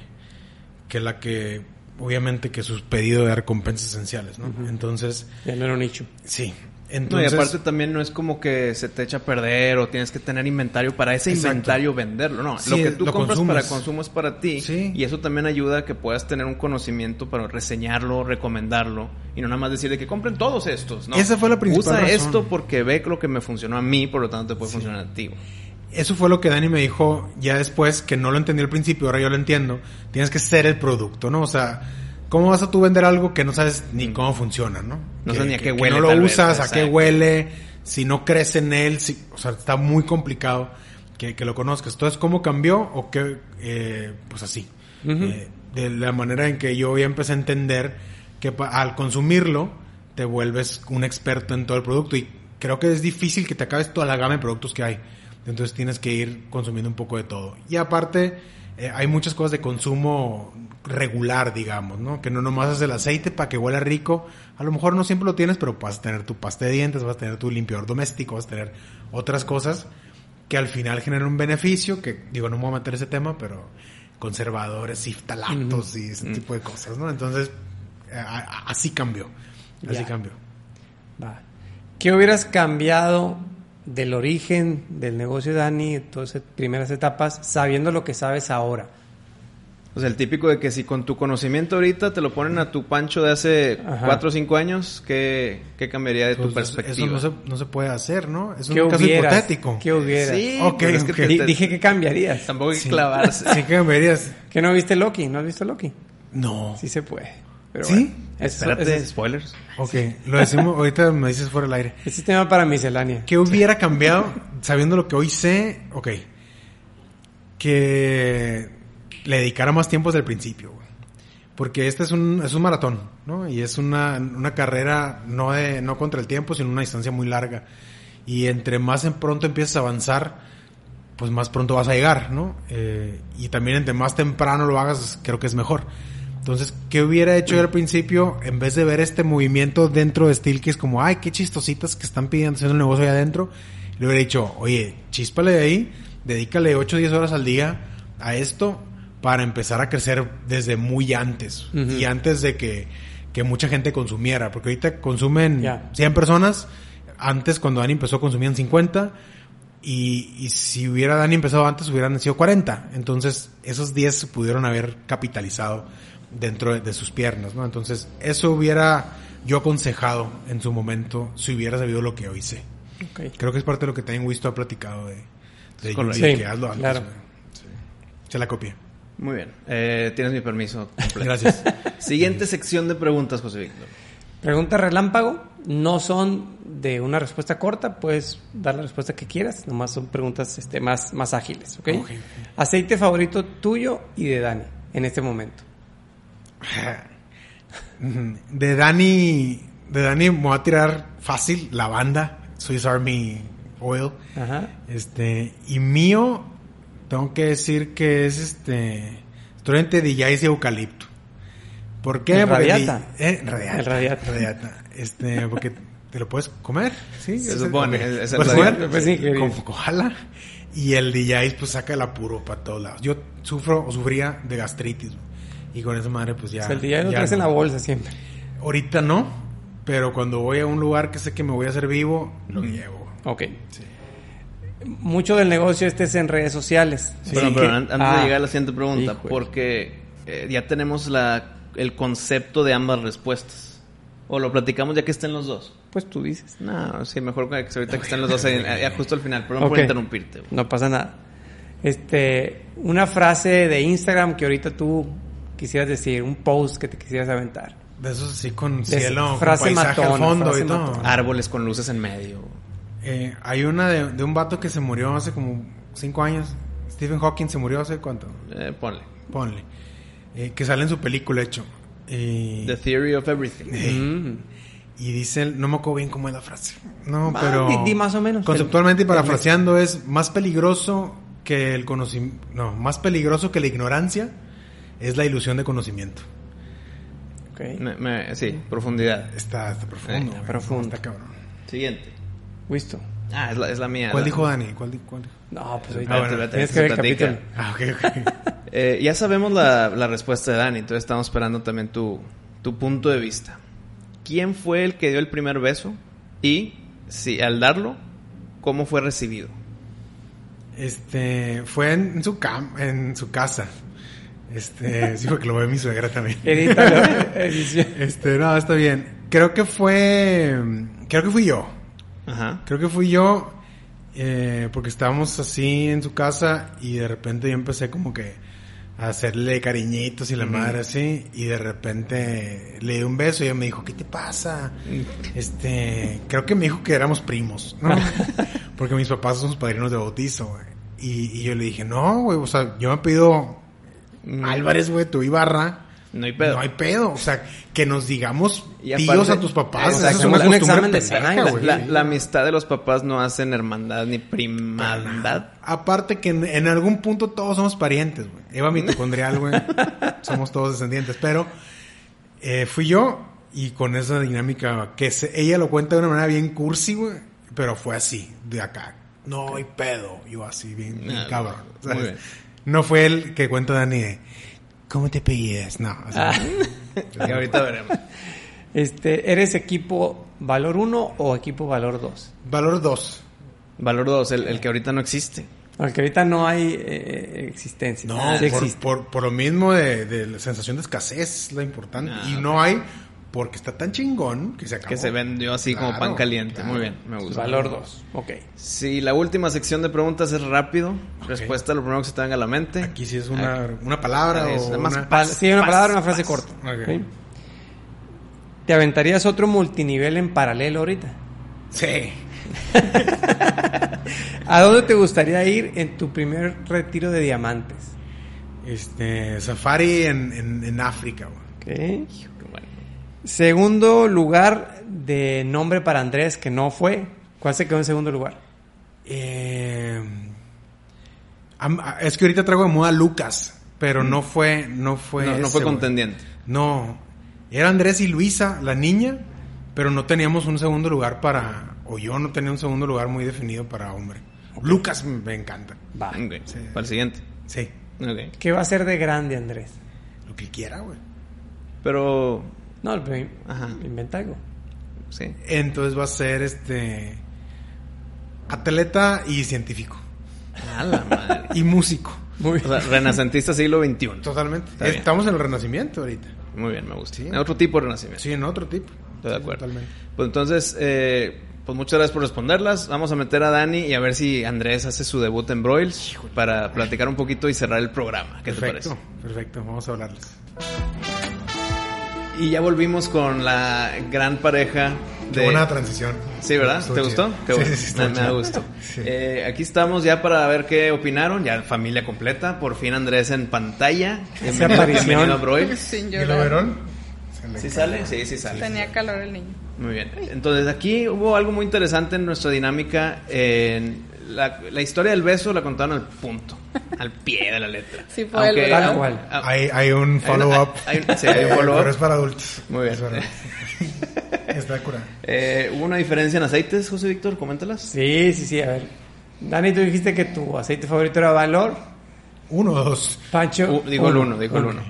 Speaker 4: que la que, obviamente, que sus pedidos de recompensas esenciales, ¿no? Entonces,
Speaker 2: ya no era un nicho.
Speaker 4: sí.
Speaker 1: No, y
Speaker 4: Entonces,
Speaker 1: aparte también no es como que se te echa a perder o tienes que tener inventario para ese
Speaker 4: Exacto.
Speaker 1: inventario venderlo. No,
Speaker 4: Sí,
Speaker 1: lo que tú
Speaker 4: lo
Speaker 1: compras
Speaker 4: consumes.
Speaker 1: para consumo es para ti.
Speaker 4: Sí.
Speaker 1: Y eso también ayuda a que puedas tener un conocimiento para reseñarlo, recomendarlo y no nada más decir de que compren todos estos. ¿no?
Speaker 4: Esa fue la principal
Speaker 1: Usa
Speaker 4: razón.
Speaker 1: esto porque ve lo que me funcionó a mí, por lo tanto te puede funcionar a ti. güey.
Speaker 4: eso fue lo que Dani me dijo ya después, que no lo entendí al principio, ahora yo lo entiendo. Tienes que ser el producto, ¿no? O sea, ¿cómo vas a tú vender algo que no sabes ni cómo funciona, ¿no?
Speaker 1: No
Speaker 4: Que-
Speaker 1: sabes ni a qué
Speaker 4: que- que
Speaker 1: huele,
Speaker 4: no
Speaker 1: tal
Speaker 4: lo
Speaker 1: vez,
Speaker 4: usas, a qué
Speaker 1: exacto.
Speaker 4: huele, si no crees en él, si- o sea, está muy complicado que, que lo conozcas. Entonces, ¿cómo cambió o qué? Eh, pues así. Eh, de la manera en que yo ya empecé a entender que pa- al consumirlo te vuelves un experto en todo el producto y creo que es difícil que te acabes toda la gama de productos que hay. Entonces tienes que ir consumiendo un poco de todo. Y aparte, eh, hay muchas cosas de consumo regular, digamos, ¿no? Que no nomás es el aceite para que huela rico. A lo mejor no siempre lo tienes, pero vas a tener tu pasta de dientes, vas a tener tu limpiador doméstico, vas a tener otras cosas que al final generan un beneficio, que digo, no me voy a meter ese tema, pero conservadores, ciftalatos y ese tipo de cosas, ¿no? Entonces, eh, a- a- así cambió. Así
Speaker 2: Ya.
Speaker 4: cambió.
Speaker 2: Va. ¿Qué hubieras cambiado del origen del negocio de Dani, de todas esas primeras etapas, sabiendo lo que sabes ahora?
Speaker 1: O sea, el típico de que si con tu conocimiento ahorita te lo ponen a tu pancho de hace
Speaker 2: Ajá.
Speaker 1: 4 o 5 años, ¿qué, qué cambiaría de tu
Speaker 4: Entonces,
Speaker 1: perspectiva?
Speaker 4: Pues Eso no se, no se puede hacer, ¿no? Es un
Speaker 2: ¿Qué
Speaker 4: caso
Speaker 2: hubieras?
Speaker 4: hipotético.
Speaker 2: ¿Qué hubieras?
Speaker 1: Sí,
Speaker 4: Ok,
Speaker 1: pero es que
Speaker 4: ok.
Speaker 1: te-
Speaker 2: Di-
Speaker 1: te-
Speaker 2: dije que cambiarías.
Speaker 1: tampoco hay que
Speaker 4: Sí.
Speaker 1: clavarse.
Speaker 4: Así que me dirías,
Speaker 2: Que no viste Loki, ¿no has visto Loki?
Speaker 4: no.
Speaker 2: Sí se puede. Pero
Speaker 4: ¿Sí?
Speaker 2: bueno, eso-
Speaker 1: Espérate,
Speaker 2: eso es-
Speaker 1: spoilers.
Speaker 4: Ok, lo decimos, ahorita me dices fuera del aire.
Speaker 2: ese es tema para miscelánea.
Speaker 4: ¿Qué hubiera cambiado sabiendo lo que hoy sé? Ok. Que le dedicara más tiempo desde el principio, güey. Porque este es un, es un maratón, ¿no? Y es una, una carrera no, de, no contra el tiempo, sino una distancia muy larga. Y entre más en pronto empiezas a avanzar, pues más pronto vas a llegar, ¿no? Eh, y también entre más temprano lo hagas, creo que es mejor. Entonces, ¿qué hubiera hecho yo al principio en vez de ver este movimiento dentro de Steel, que es como, ay, qué chistositas que están pidiendo haciendo el negocio ahí adentro? Le hubiera dicho, oye, chispale de ahí, dedícale 8 o 10 horas al día a esto para empezar a crecer desde muy antes.
Speaker 2: Ujú.
Speaker 4: Y antes de que, que mucha gente consumiera, porque ahorita consumen
Speaker 2: Ya.
Speaker 4: 100 Mm. personas. Antes, cuando Dani empezó, consumían 50. Y, y si hubiera Dani empezado antes, hubieran sido 40. Entonces, esos 10 se pudieron haber capitalizado dentro de, de sus piernas, ¿no? Entonces, eso hubiera yo aconsejado en su momento si hubiera sabido lo que hoy sé.
Speaker 2: Ok.
Speaker 4: Creo que es parte de lo que también Wisto ha platicado de, de
Speaker 1: Correcto.
Speaker 4: Yuji,
Speaker 2: Sí,
Speaker 4: que hazlo antes,
Speaker 2: claro.
Speaker 4: güey. Sí. Se la copié.
Speaker 1: Muy bien. Eh, tienes mi permiso. completo.
Speaker 4: Gracias.
Speaker 1: Siguiente sección de preguntas, José Víctor.
Speaker 2: Preguntas relámpago no son de una respuesta corta, puedes dar la respuesta que quieras, nomás son preguntas este, más, más ágiles, ¿ok?
Speaker 4: Ok.
Speaker 2: Aceite favorito tuyo y de Dani en este momento.
Speaker 4: De Dani, de Dani me voy a tirar fácil la banda Swiss Army Oil.
Speaker 2: Ajá.
Speaker 4: Este, y mío, tengo que decir que es este, estoy entre DJs y eucalipto. ¿Por qué?
Speaker 2: El
Speaker 4: Porque
Speaker 2: radiata.
Speaker 4: di- eh, radiata.
Speaker 2: El radiata.
Speaker 4: radiata. Este, porque te lo puedes comer, ¿sí?
Speaker 1: Se
Speaker 4: Ese-
Speaker 1: supone,
Speaker 4: ok.
Speaker 1: es- es el
Speaker 4: Puedes
Speaker 1: radiata,
Speaker 4: comer,
Speaker 2: pues sí, que-
Speaker 4: como koala. Y el DJs pues saca el apuro para todos lados. Yo sufro o sufría de gastritis. Y con esa madre pues ya.
Speaker 2: O sea, el día lo
Speaker 4: ya
Speaker 2: traes en
Speaker 4: no.
Speaker 2: la bolsa siempre.
Speaker 4: Ahorita no, pero cuando voy a un lugar que sé que me voy a hacer vivo, lo llevo.
Speaker 2: Ok. Mucho del negocio este es en redes sociales. así
Speaker 1: Bueno, pero
Speaker 2: que-
Speaker 1: an- antes
Speaker 2: Ah,
Speaker 1: de llegar a la siguiente pregunta,
Speaker 2: Híjole.
Speaker 1: porque eh, ya tenemos la, el concepto de ambas respuestas. O lo platicamos ya que estén los dos.
Speaker 2: Pues tú dices.
Speaker 1: No, sí, mejor que ahorita que estén los dos en- eh, justo al final. Perdón por
Speaker 2: Ok.
Speaker 1: interrumpirte. güey.
Speaker 2: No pasa nada. Este, una frase de Instagram que ahorita tú quisieras decir, un post que te quisieras aventar.
Speaker 4: De esos así con
Speaker 2: De
Speaker 4: cielo, con
Speaker 2: frase
Speaker 4: paisaje al
Speaker 2: matona,
Speaker 4: fondo
Speaker 2: frase
Speaker 4: y todo.
Speaker 2: matona.
Speaker 1: Árboles con luces en medio.
Speaker 4: Eh, hay una de, de un vato que se murió hace como cinco años. Stephen Hawking se murió hace cuánto?
Speaker 1: Eh, ponle.
Speaker 4: Ponle. Eh, que sale en su película, de hecho. Y,
Speaker 1: The Theory of Everything.
Speaker 2: Mm.
Speaker 4: y dice, el- no me acuerdo bien cómo es la frase. No,
Speaker 2: Va,
Speaker 4: pero...
Speaker 2: di- di más o menos.
Speaker 4: Conceptualmente y
Speaker 2: El- el-
Speaker 4: parafraseando es más peligroso que el conocimiento, no, más peligroso que la ignorancia es la ilusión de conocimiento.
Speaker 2: Ok.
Speaker 1: Me- me- sí, profundidad.
Speaker 4: Está, está profundo.
Speaker 1: Eh,
Speaker 4: güey.
Speaker 2: profundo.
Speaker 4: Está cabrón.
Speaker 1: Siguiente.
Speaker 2: Listo.
Speaker 1: Ah, es la, es la mía.
Speaker 4: ¿Cuál
Speaker 1: la-
Speaker 4: dijo Dani? ¿Cuál, di- cuál dijo?
Speaker 2: No, pues ahorita
Speaker 1: Espérate, espérate,
Speaker 2: tienes que
Speaker 1: se
Speaker 2: ver el
Speaker 1: platica.
Speaker 2: capítulo.
Speaker 4: Ah, ok, ok.
Speaker 1: Eh, ya sabemos la, la respuesta de Dani, entonces estamos esperando también tu, tu punto de vista. ¿Quién fue el que dio el primer beso? Y si al darlo, ¿cómo fue recibido?
Speaker 4: Este, fue en, en su cam, en su casa. Este, sí, porque lo ve mi suegra también.
Speaker 2: Edítalo. Edición.
Speaker 4: Este, no, está bien. Creo que fue, creo que fui yo.
Speaker 1: Ajá.
Speaker 4: Creo que fui yo, eh, porque estábamos así en su casa y de repente yo empecé como que a hacerle cariñitos y la madre así y de repente le di un beso y ella me dijo, ¿qué te pasa? Este, creo que me dijo que éramos primos, ¿no? porque mis papás son sus padrinos de bautizo, güey. Y, y yo le dije, no, güey, o sea, yo me pido Álvarez, güey, tu Ibarra.
Speaker 1: Mm. No hay pedo.
Speaker 4: No hay pedo, o sea, que nos digamos
Speaker 1: Y
Speaker 4: tíos
Speaker 1: aparte-
Speaker 4: a tus papás.
Speaker 1: Exacto.
Speaker 4: eso es una
Speaker 2: Un
Speaker 4: costumbre
Speaker 2: examen de
Speaker 4: pendeja,
Speaker 2: sangre,
Speaker 4: güey.
Speaker 1: La, la amistad de los papás no hacen hermandad ni primaldad.
Speaker 4: Aparte que en, en algún punto todos somos parientes, güey. Eva mitocondrial, güey. somos todos descendientes. Pero eh, fui yo y con esa dinámica que se- ella lo cuenta de una manera bien cursi, güey. Pero fue así, de acá. No hay pedo. Yo así, bien, bien
Speaker 1: Ah,
Speaker 4: cabrón.
Speaker 1: muy
Speaker 4: ¿sabes?
Speaker 1: bien.
Speaker 4: No fue el que cuenta Dani de, ¿cómo te apellidas? No, o sea,
Speaker 1: Que ahorita veremos.
Speaker 2: Este, ¿Eres equipo valor 1 o equipo valor 2?
Speaker 4: valor 2.
Speaker 1: Valor 2, el, el que ahorita no existe.
Speaker 2: Porque ahorita no hay eh, existencia.
Speaker 4: No,
Speaker 2: Sí
Speaker 4: por,
Speaker 2: existe.
Speaker 4: por, por lo mismo de, de la sensación de escasez, la importante.
Speaker 1: Ah,
Speaker 4: y no hay porque está tan chingón que se acabó.
Speaker 1: Que se vendió así como
Speaker 4: Claro,
Speaker 1: pan caliente.
Speaker 4: claro.
Speaker 1: Muy bien, me gusta.
Speaker 2: Valor 2, ok.
Speaker 1: Sí, la última sección de preguntas es rápido. Respuesta a lo primero que se te venga a la mente.
Speaker 4: Aquí sí es una, una palabra
Speaker 1: Ahí es,
Speaker 4: o
Speaker 1: nada más
Speaker 4: una-
Speaker 2: Pal- sí, una
Speaker 1: paz,
Speaker 2: palabra, una frase
Speaker 1: paz.
Speaker 2: corta.
Speaker 4: Ok.
Speaker 2: ok. ¿Te aventarías otro multinivel en paralelo ahorita?
Speaker 4: Sí.
Speaker 2: ¿A dónde te gustaría ir en tu primer retiro de diamantes?
Speaker 4: Este, safari en, en, en África, güey.
Speaker 2: Ok.
Speaker 1: Bueno,
Speaker 2: Segundo lugar de nombre para Andrés que no fue. ¿Cuál se quedó en segundo lugar?
Speaker 4: Eh, am- a- es que ahorita traigo de moda Lucas, pero no fue, no fue.
Speaker 1: Mm. no, no
Speaker 4: ese,
Speaker 1: fue
Speaker 4: güey.
Speaker 1: contendiente.
Speaker 4: No, era Andrés y Luisa, la niña, pero no teníamos un segundo lugar para, o yo no tenía un segundo lugar muy definido para hombre. Lucas me, me encanta.
Speaker 2: Va.
Speaker 1: Ok, Para el siguiente.
Speaker 4: Sí,
Speaker 1: Ok.
Speaker 2: ¿Qué va a ser de grande Andrés?
Speaker 4: lo que quiera, güey.
Speaker 1: Pero,
Speaker 2: No, pero
Speaker 1: Ajá.
Speaker 2: inventa algo.
Speaker 1: sí.
Speaker 4: Entonces va a ser este atleta y científico
Speaker 1: A la madre.
Speaker 4: y músico.
Speaker 2: Muy
Speaker 1: O sea, renacentista siglo XXI.
Speaker 4: Totalmente.
Speaker 1: Está bien.
Speaker 4: Estamos en el renacimiento ahorita.
Speaker 1: Muy bien, me gusta.
Speaker 4: Sí.
Speaker 1: Otro tipo de renacimiento.
Speaker 4: Sí, en otro tipo.
Speaker 1: Estoy de
Speaker 4: Sí,
Speaker 1: acuerdo.
Speaker 4: Totalmente.
Speaker 1: Pues entonces, eh, pues muchas gracias por responderlas. Vamos a meter a Dani y a ver si Andrés hace su debut en Broils para platicar un poquito y cerrar el programa. ¿Qué te
Speaker 4: Perfecto,
Speaker 1: parece?
Speaker 4: perfecto. Vamos a hablarles.
Speaker 1: Y ya volvimos con la gran pareja
Speaker 4: Qué
Speaker 1: de...
Speaker 4: buena transición.
Speaker 1: Sí, ¿verdda?
Speaker 4: Estuvo
Speaker 1: ¿Te
Speaker 4: chido.
Speaker 1: gustó? Qué
Speaker 4: Sí,
Speaker 1: bueno.
Speaker 4: sí, sí, estuvo
Speaker 1: me, me da
Speaker 4: chido.
Speaker 1: gusto.
Speaker 4: Sí.
Speaker 1: Eh, aquí estamos ya para ver qué opinaron. Ya familia completa. Por fin Andrés en pantalla.
Speaker 2: Esa
Speaker 1: Bienvenido-
Speaker 2: aparición.
Speaker 1: bienvenido a Broils.
Speaker 3: Sin
Speaker 4: ¿Y el
Speaker 3: llorar.
Speaker 4: overall? Se le
Speaker 1: ¿Sí
Speaker 4: cae.
Speaker 1: sale? Sí, sí sale.
Speaker 3: Tenía calor el niño.
Speaker 1: Muy bien. Entonces aquí hubo algo muy interesante en nuestra dinámica. En la, la historia del beso la contaron al punto, al pie de la letra.
Speaker 3: Sí, fue
Speaker 1: Aunque-
Speaker 3: el-
Speaker 2: Tal cual.
Speaker 1: Ah,
Speaker 4: Hay, hay un
Speaker 1: hay una- ah,
Speaker 4: follow-up.
Speaker 1: hay un- sí, hay un follow-up.
Speaker 4: Pero es para adultos.
Speaker 1: Muy bien.
Speaker 4: Es para- Está curado.
Speaker 1: Eh, ¿Hubo una diferencia en aceites, José Víctor? Coméntalas.
Speaker 2: Sí, sí, sí, a ver. Dani, tú dijiste que tu aceite favorito era Valor.
Speaker 4: Uno, dos.
Speaker 2: Pancho.
Speaker 1: Uh, dijo el uno, dijo el
Speaker 2: Ok.
Speaker 1: uno.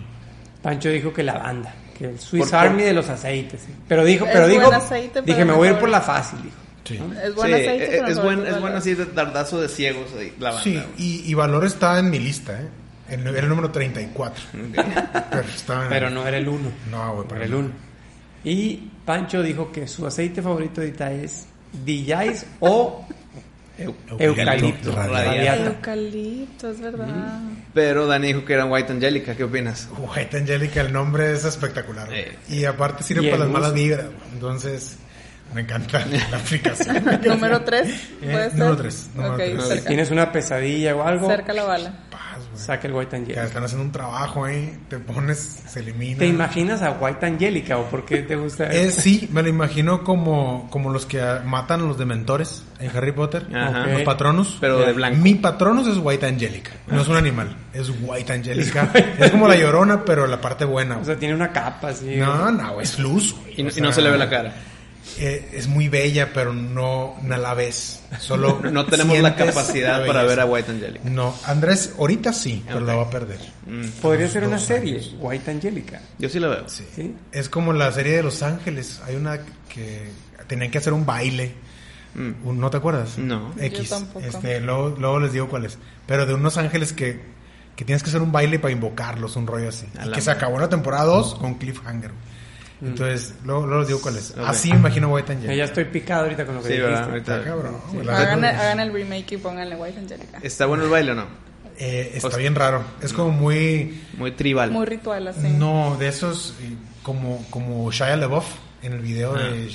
Speaker 2: Pancho dijo que la banda, que el Swiss
Speaker 1: Por-
Speaker 2: Army de los aceites. Pero dijo,
Speaker 3: Es
Speaker 2: pero
Speaker 3: buen
Speaker 2: dijo,
Speaker 3: aceite, pero
Speaker 2: dije, me
Speaker 3: no
Speaker 2: voy a ir
Speaker 3: favorito".
Speaker 2: por la fácil, dijo.
Speaker 4: Sí.
Speaker 3: Es buen
Speaker 1: Sí,
Speaker 3: aceite,
Speaker 1: eh,
Speaker 3: pero
Speaker 1: es
Speaker 3: no
Speaker 1: buen,
Speaker 3: fue
Speaker 1: es buen
Speaker 3: valor.
Speaker 1: así de tardazo de ciegos ahí, la banda.
Speaker 4: Sí, y, y Valor está en mi lista, ¿eh? El, era el número 34. Pero estaba en-
Speaker 2: Pero no era el uno.
Speaker 4: No, güey,
Speaker 2: Por
Speaker 4: pero
Speaker 2: el
Speaker 4: no.
Speaker 2: uno. Y Pancho dijo que su aceite favorito ahorita es DJs o eucalipto.
Speaker 4: radiata.
Speaker 2: Radiata.
Speaker 3: Eucalipto, es verdad.
Speaker 1: Pero Dani dijo que era White Angelica, ¿qué opinas?
Speaker 4: White Angelica, el nombre es espectacular. güey.
Speaker 1: Eh.
Speaker 4: Y aparte sirve
Speaker 2: Y el
Speaker 4: para las malas
Speaker 2: gusto.
Speaker 4: vibras. güey. Entonces, me encanta la aplicación.
Speaker 3: Número 3,
Speaker 4: Eh,
Speaker 3: ¿puede ser?
Speaker 4: número tres, número
Speaker 3: Ok,
Speaker 4: tres.
Speaker 3: cerca.
Speaker 2: ¿Tienes una pesadilla o algo?
Speaker 3: Cerca la bala.
Speaker 4: Paz, güey.
Speaker 2: Saca el White
Speaker 4: Ya
Speaker 2: Angelica.
Speaker 4: están haciendo un trabajo ahí, te pones, se elimina.
Speaker 2: ¿Te imaginas a White Angelica o por qué te gusta?
Speaker 4: Eh, sí, me lo imagino como, como los que ah, matan a los dementores en Harry Potter,
Speaker 1: Ajá.
Speaker 4: los patronus.
Speaker 1: Pero de blanco.
Speaker 4: Mi patronus es White Angelica, no es un animal, es White Angelica. es como la llorona, pero la parte buena.
Speaker 2: O
Speaker 4: güey.
Speaker 2: sea, tiene una capa así.
Speaker 4: no, no, es luz. güey.
Speaker 1: Y, no-
Speaker 4: O
Speaker 1: y no
Speaker 4: sea,
Speaker 1: se le ve la cara.
Speaker 4: eh, es muy bella, pero no, no la ves. Solo
Speaker 1: No, no tenemos la
Speaker 4: sientes
Speaker 1: capacidad
Speaker 4: la
Speaker 1: para ver a
Speaker 4: belleza.
Speaker 1: White Angelica.
Speaker 4: No, Andrés, ahorita sí, pero
Speaker 1: Ok.
Speaker 4: la va a perder.
Speaker 2: Podría ser una serie, White Angelica.
Speaker 1: Yo sí la veo.
Speaker 2: ¿Sí?
Speaker 4: Es como la serie de Los Ángeles. Hay una que tenían que hacer un baile. Un- ¿No te acuerdas?
Speaker 1: Mm. No.
Speaker 4: X.
Speaker 3: Yo tampoco.
Speaker 4: Este, luego, luego les digo cuál es. Pero de unos ángeles que, que tienes que hacer un baile para invocarlos, un rollo así.
Speaker 1: A
Speaker 4: Y
Speaker 1: la
Speaker 4: que se
Speaker 1: madre. Mm.
Speaker 4: acabó la temporada 2 con Cliffhanger. Entonces, luego, luego les digo cuál es.
Speaker 1: Ok.
Speaker 4: Así me imagino White and
Speaker 2: Ya estoy picado ahorita con lo que
Speaker 1: Sí, ¿verdad?
Speaker 2: dijiste.
Speaker 1: Ahorita-
Speaker 4: Está Ah, cabrón. güey. La
Speaker 3: Hagan,
Speaker 4: neta,
Speaker 3: hagan el remake y pónganle White Angelica.
Speaker 1: ¿Está bueno el baile o no?
Speaker 4: eh,
Speaker 1: O
Speaker 4: está
Speaker 1: sea-
Speaker 4: bien raro. Es como muy...
Speaker 1: Muy tribal.
Speaker 3: Muy ritual así.
Speaker 4: No, de esos... eh, Como, como Shia LaBeouf en el video
Speaker 1: Ah.
Speaker 4: de...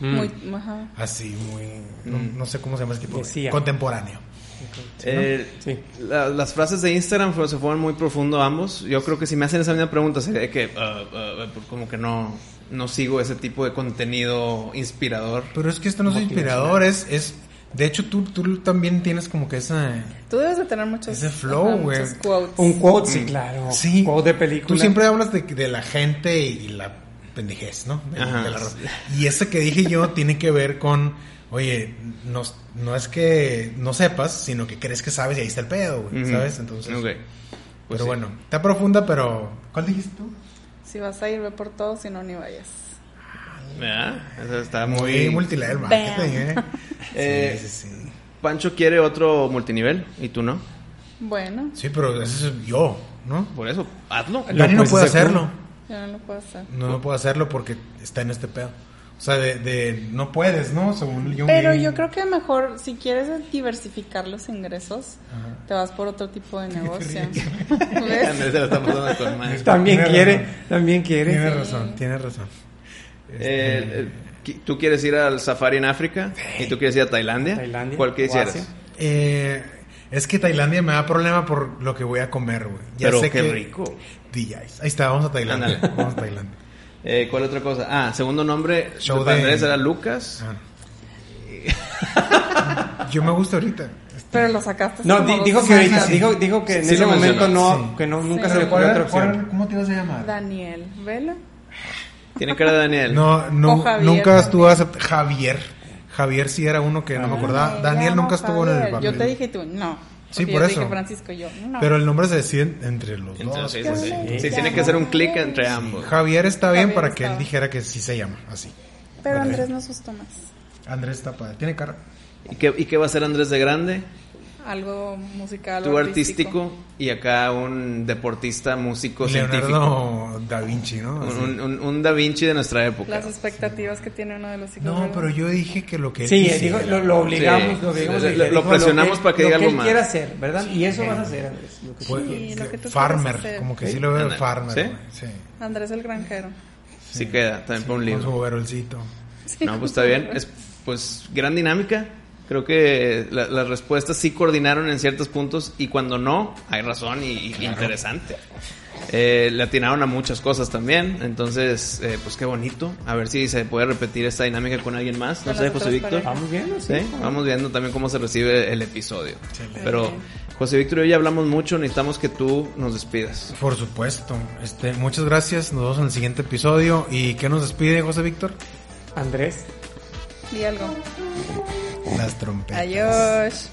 Speaker 4: Mm.
Speaker 3: Muy, ajá.
Speaker 4: Así, muy. No,
Speaker 1: Mm.
Speaker 4: no sé cómo se llama ese tipo.
Speaker 2: Decía.
Speaker 4: Contemporáneo.
Speaker 1: Eh,
Speaker 2: Sí.
Speaker 1: la- las frases de Instagram fue- se fueron muy profundo ambos. Yo creo que si me hacen esa misma pregunta sería de que ah, ah, ah, como que no, no sigo ese tipo de contenido inspirador.
Speaker 4: Pero es que esto no es inspirador, es. es de hecho, tú, tú también tienes como que esa.
Speaker 3: Tú debes de tener muchos.
Speaker 4: Ese flow,
Speaker 3: ajá,
Speaker 4: güey.
Speaker 3: Muchos quotes.
Speaker 2: Un quote, sí, claro.
Speaker 4: Sí.
Speaker 2: Quote de película.
Speaker 4: Tú siempre hablas de, de la gente y la pendejez, ¿no? De-
Speaker 1: Ajá.
Speaker 4: de la- y ese que dije yo tiene que ver con oye, no, no es que no sepas, sino que crees que sabes y ahí está el pedo, güey,
Speaker 1: Ujú.
Speaker 4: ¿sabes? Entonces,
Speaker 1: Ok.
Speaker 4: pero
Speaker 1: Pues sí.
Speaker 4: bueno, está profunda, pero... ¿Cuál dijiste tú?
Speaker 3: Si vas a ir, ve por todo, si no, ni vayas.
Speaker 1: ¿Verdad? Eso está
Speaker 4: Muy
Speaker 1: muy...
Speaker 4: multilevel
Speaker 3: Bam.
Speaker 4: marketing, ¿eh?
Speaker 1: Eh,
Speaker 4: sí, sí, sí.
Speaker 1: Pancho quiere otro multinivel y tú no.
Speaker 3: Bueno,
Speaker 4: Sí, pero ese es yo, ¿no?
Speaker 1: Por eso, hazlo.
Speaker 4: Dani no
Speaker 2: pues,
Speaker 4: puede
Speaker 2: exacto.
Speaker 4: hacerlo.
Speaker 3: yo no lo puedo hacer.
Speaker 4: No, no puedo hacerlo porque está en este pedo. O sea, de, de- no puedes, ¿no? Según yo.
Speaker 3: Pero yo creo que mejor, si quieres diversificar los ingresos, te vas por otro tipo de negocio. ¿Ves?
Speaker 1: Andrés se la está pasando a tu hermano.
Speaker 2: También
Speaker 4: Tiene
Speaker 2: quiere,
Speaker 4: razón.
Speaker 2: también quiere.
Speaker 4: Tienes razón, tienes razón.
Speaker 1: Eh, eh, qui- tú quieres ir al safari en África y tú quieres ir a Tailandia.
Speaker 2: Tailandia,
Speaker 1: ¿Cuál quisieras?
Speaker 2: o Asia.
Speaker 4: Eh, es que Tailandia me da problema por lo que voy a comer, güey. Ya
Speaker 1: Pero
Speaker 4: sé
Speaker 1: qué
Speaker 4: que-
Speaker 1: rico.
Speaker 4: DJs. Ahí está, vamos a Tailandia.
Speaker 1: Ándale.
Speaker 4: Vamos a Tailandia.
Speaker 1: Eh, ¿Cuál otra cosa? Ah, segundo nombre
Speaker 4: Show
Speaker 1: de
Speaker 4: de-
Speaker 1: Andrés era Lucas.
Speaker 4: Ah. Yo me gusta ahorita.
Speaker 3: Pero lo sacaste.
Speaker 2: No,
Speaker 3: como
Speaker 2: di-
Speaker 3: dos
Speaker 2: dijo que
Speaker 3: semanas.
Speaker 2: ahorita, dijo, dijo que en
Speaker 1: Sí,
Speaker 2: ese
Speaker 1: lo
Speaker 2: momento
Speaker 1: mencionó,
Speaker 2: no,
Speaker 4: sí.
Speaker 2: que no, nunca
Speaker 3: Sí.
Speaker 2: se le ocurrió otra opción.
Speaker 4: ¿Cómo te ibas a llamar?
Speaker 3: Daniel, ¿vela?
Speaker 1: Tiene cara de Daniel.
Speaker 4: No, no
Speaker 3: O Javier
Speaker 4: nunca estuvo
Speaker 3: también.
Speaker 4: acept- Javier. Javier sí era uno que no me acordaba.
Speaker 3: Ay,
Speaker 4: Daniel
Speaker 3: llamo
Speaker 4: nunca estuvo en el
Speaker 3: Ah, Javier.
Speaker 4: papel.
Speaker 3: Yo te dije y tú, no.
Speaker 4: Sí,
Speaker 3: Porque
Speaker 4: por
Speaker 3: yo
Speaker 4: eso.
Speaker 3: Te dije Francisco y yo, no.
Speaker 4: Pero el nombre se decide entre los dos.
Speaker 1: Entonces,
Speaker 4: pues.
Speaker 1: sí, sí.
Speaker 3: Sí.
Speaker 1: Sí, tiene que ser un clic entre ambos.
Speaker 4: Javier está bien
Speaker 3: Javier
Speaker 4: para
Speaker 3: está.
Speaker 4: que él dijera que sí se llama, así.
Speaker 3: Pero Andrés nos asustó más.
Speaker 4: Andrés está padre. Tiene cara.
Speaker 1: ¿Y qué, y qué va a ser Andrés de grande?
Speaker 3: Algo musical.
Speaker 1: Tú artístico y acá un deportista, músico, científico.
Speaker 4: Leonardo da Vinci, ¿no? Así.
Speaker 1: Un, un- un Da Vinci de nuestra época.
Speaker 3: Las expectativas que tiene uno de los hijos.
Speaker 4: No,
Speaker 3: ¿verdad?
Speaker 4: pero yo dije que lo que él
Speaker 2: Sí,
Speaker 4: quisiera.
Speaker 2: dijo, lo, lo
Speaker 1: Sí.
Speaker 2: obligamos, lo obligamos.
Speaker 1: Lo-
Speaker 2: a
Speaker 1: lo
Speaker 2: dijo
Speaker 1: presionamos para que diga algo
Speaker 2: Lo que él
Speaker 1: más. Pues,
Speaker 2: quiera hacer, ¿verdad? y eso vas a hacer, Andrés. lo que tú
Speaker 4: Fue-
Speaker 3: Sí, lo que tú quieres
Speaker 4: farmer,
Speaker 3: hacer.
Speaker 4: como que
Speaker 1: Sí,
Speaker 4: sí lo veo
Speaker 1: ándale.
Speaker 4: farmer.
Speaker 1: ¿Sí?
Speaker 4: güey, Sí.
Speaker 3: Andrés el granjero.
Speaker 1: Sí, queda, también para un
Speaker 4: Con su
Speaker 1: libro.
Speaker 4: overolcito.
Speaker 3: Sí,
Speaker 1: No, pues está bien. Es, pues gran dinámica. Creo que la- las respuestas sí coordinaron en ciertos puntos y cuando no, hay razón y, y interesante. Eh, le atinaron a muchas cosas también. Entonces, eh, pues qué bonito. A ver si se puede repetir esta dinámica con alguien más. No
Speaker 3: Con
Speaker 1: sé,
Speaker 3: las
Speaker 1: José
Speaker 3: otras
Speaker 1: Víctor.
Speaker 3: parejas.
Speaker 2: Vamos viendo, sí.
Speaker 1: Sí, Vamos viendo también cómo se recibe el episodio.
Speaker 4: Excelente.
Speaker 1: Pero José Víctor y yo ya hablamos mucho, necesitamos que tú nos despidas.
Speaker 4: Por supuesto. Este, muchas gracias. Nos vemos en el siguiente episodio. ¿Y qué nos despide José Víctor?
Speaker 2: Andrés.
Speaker 3: Di algo.
Speaker 4: Las trompetas.
Speaker 3: Adiós.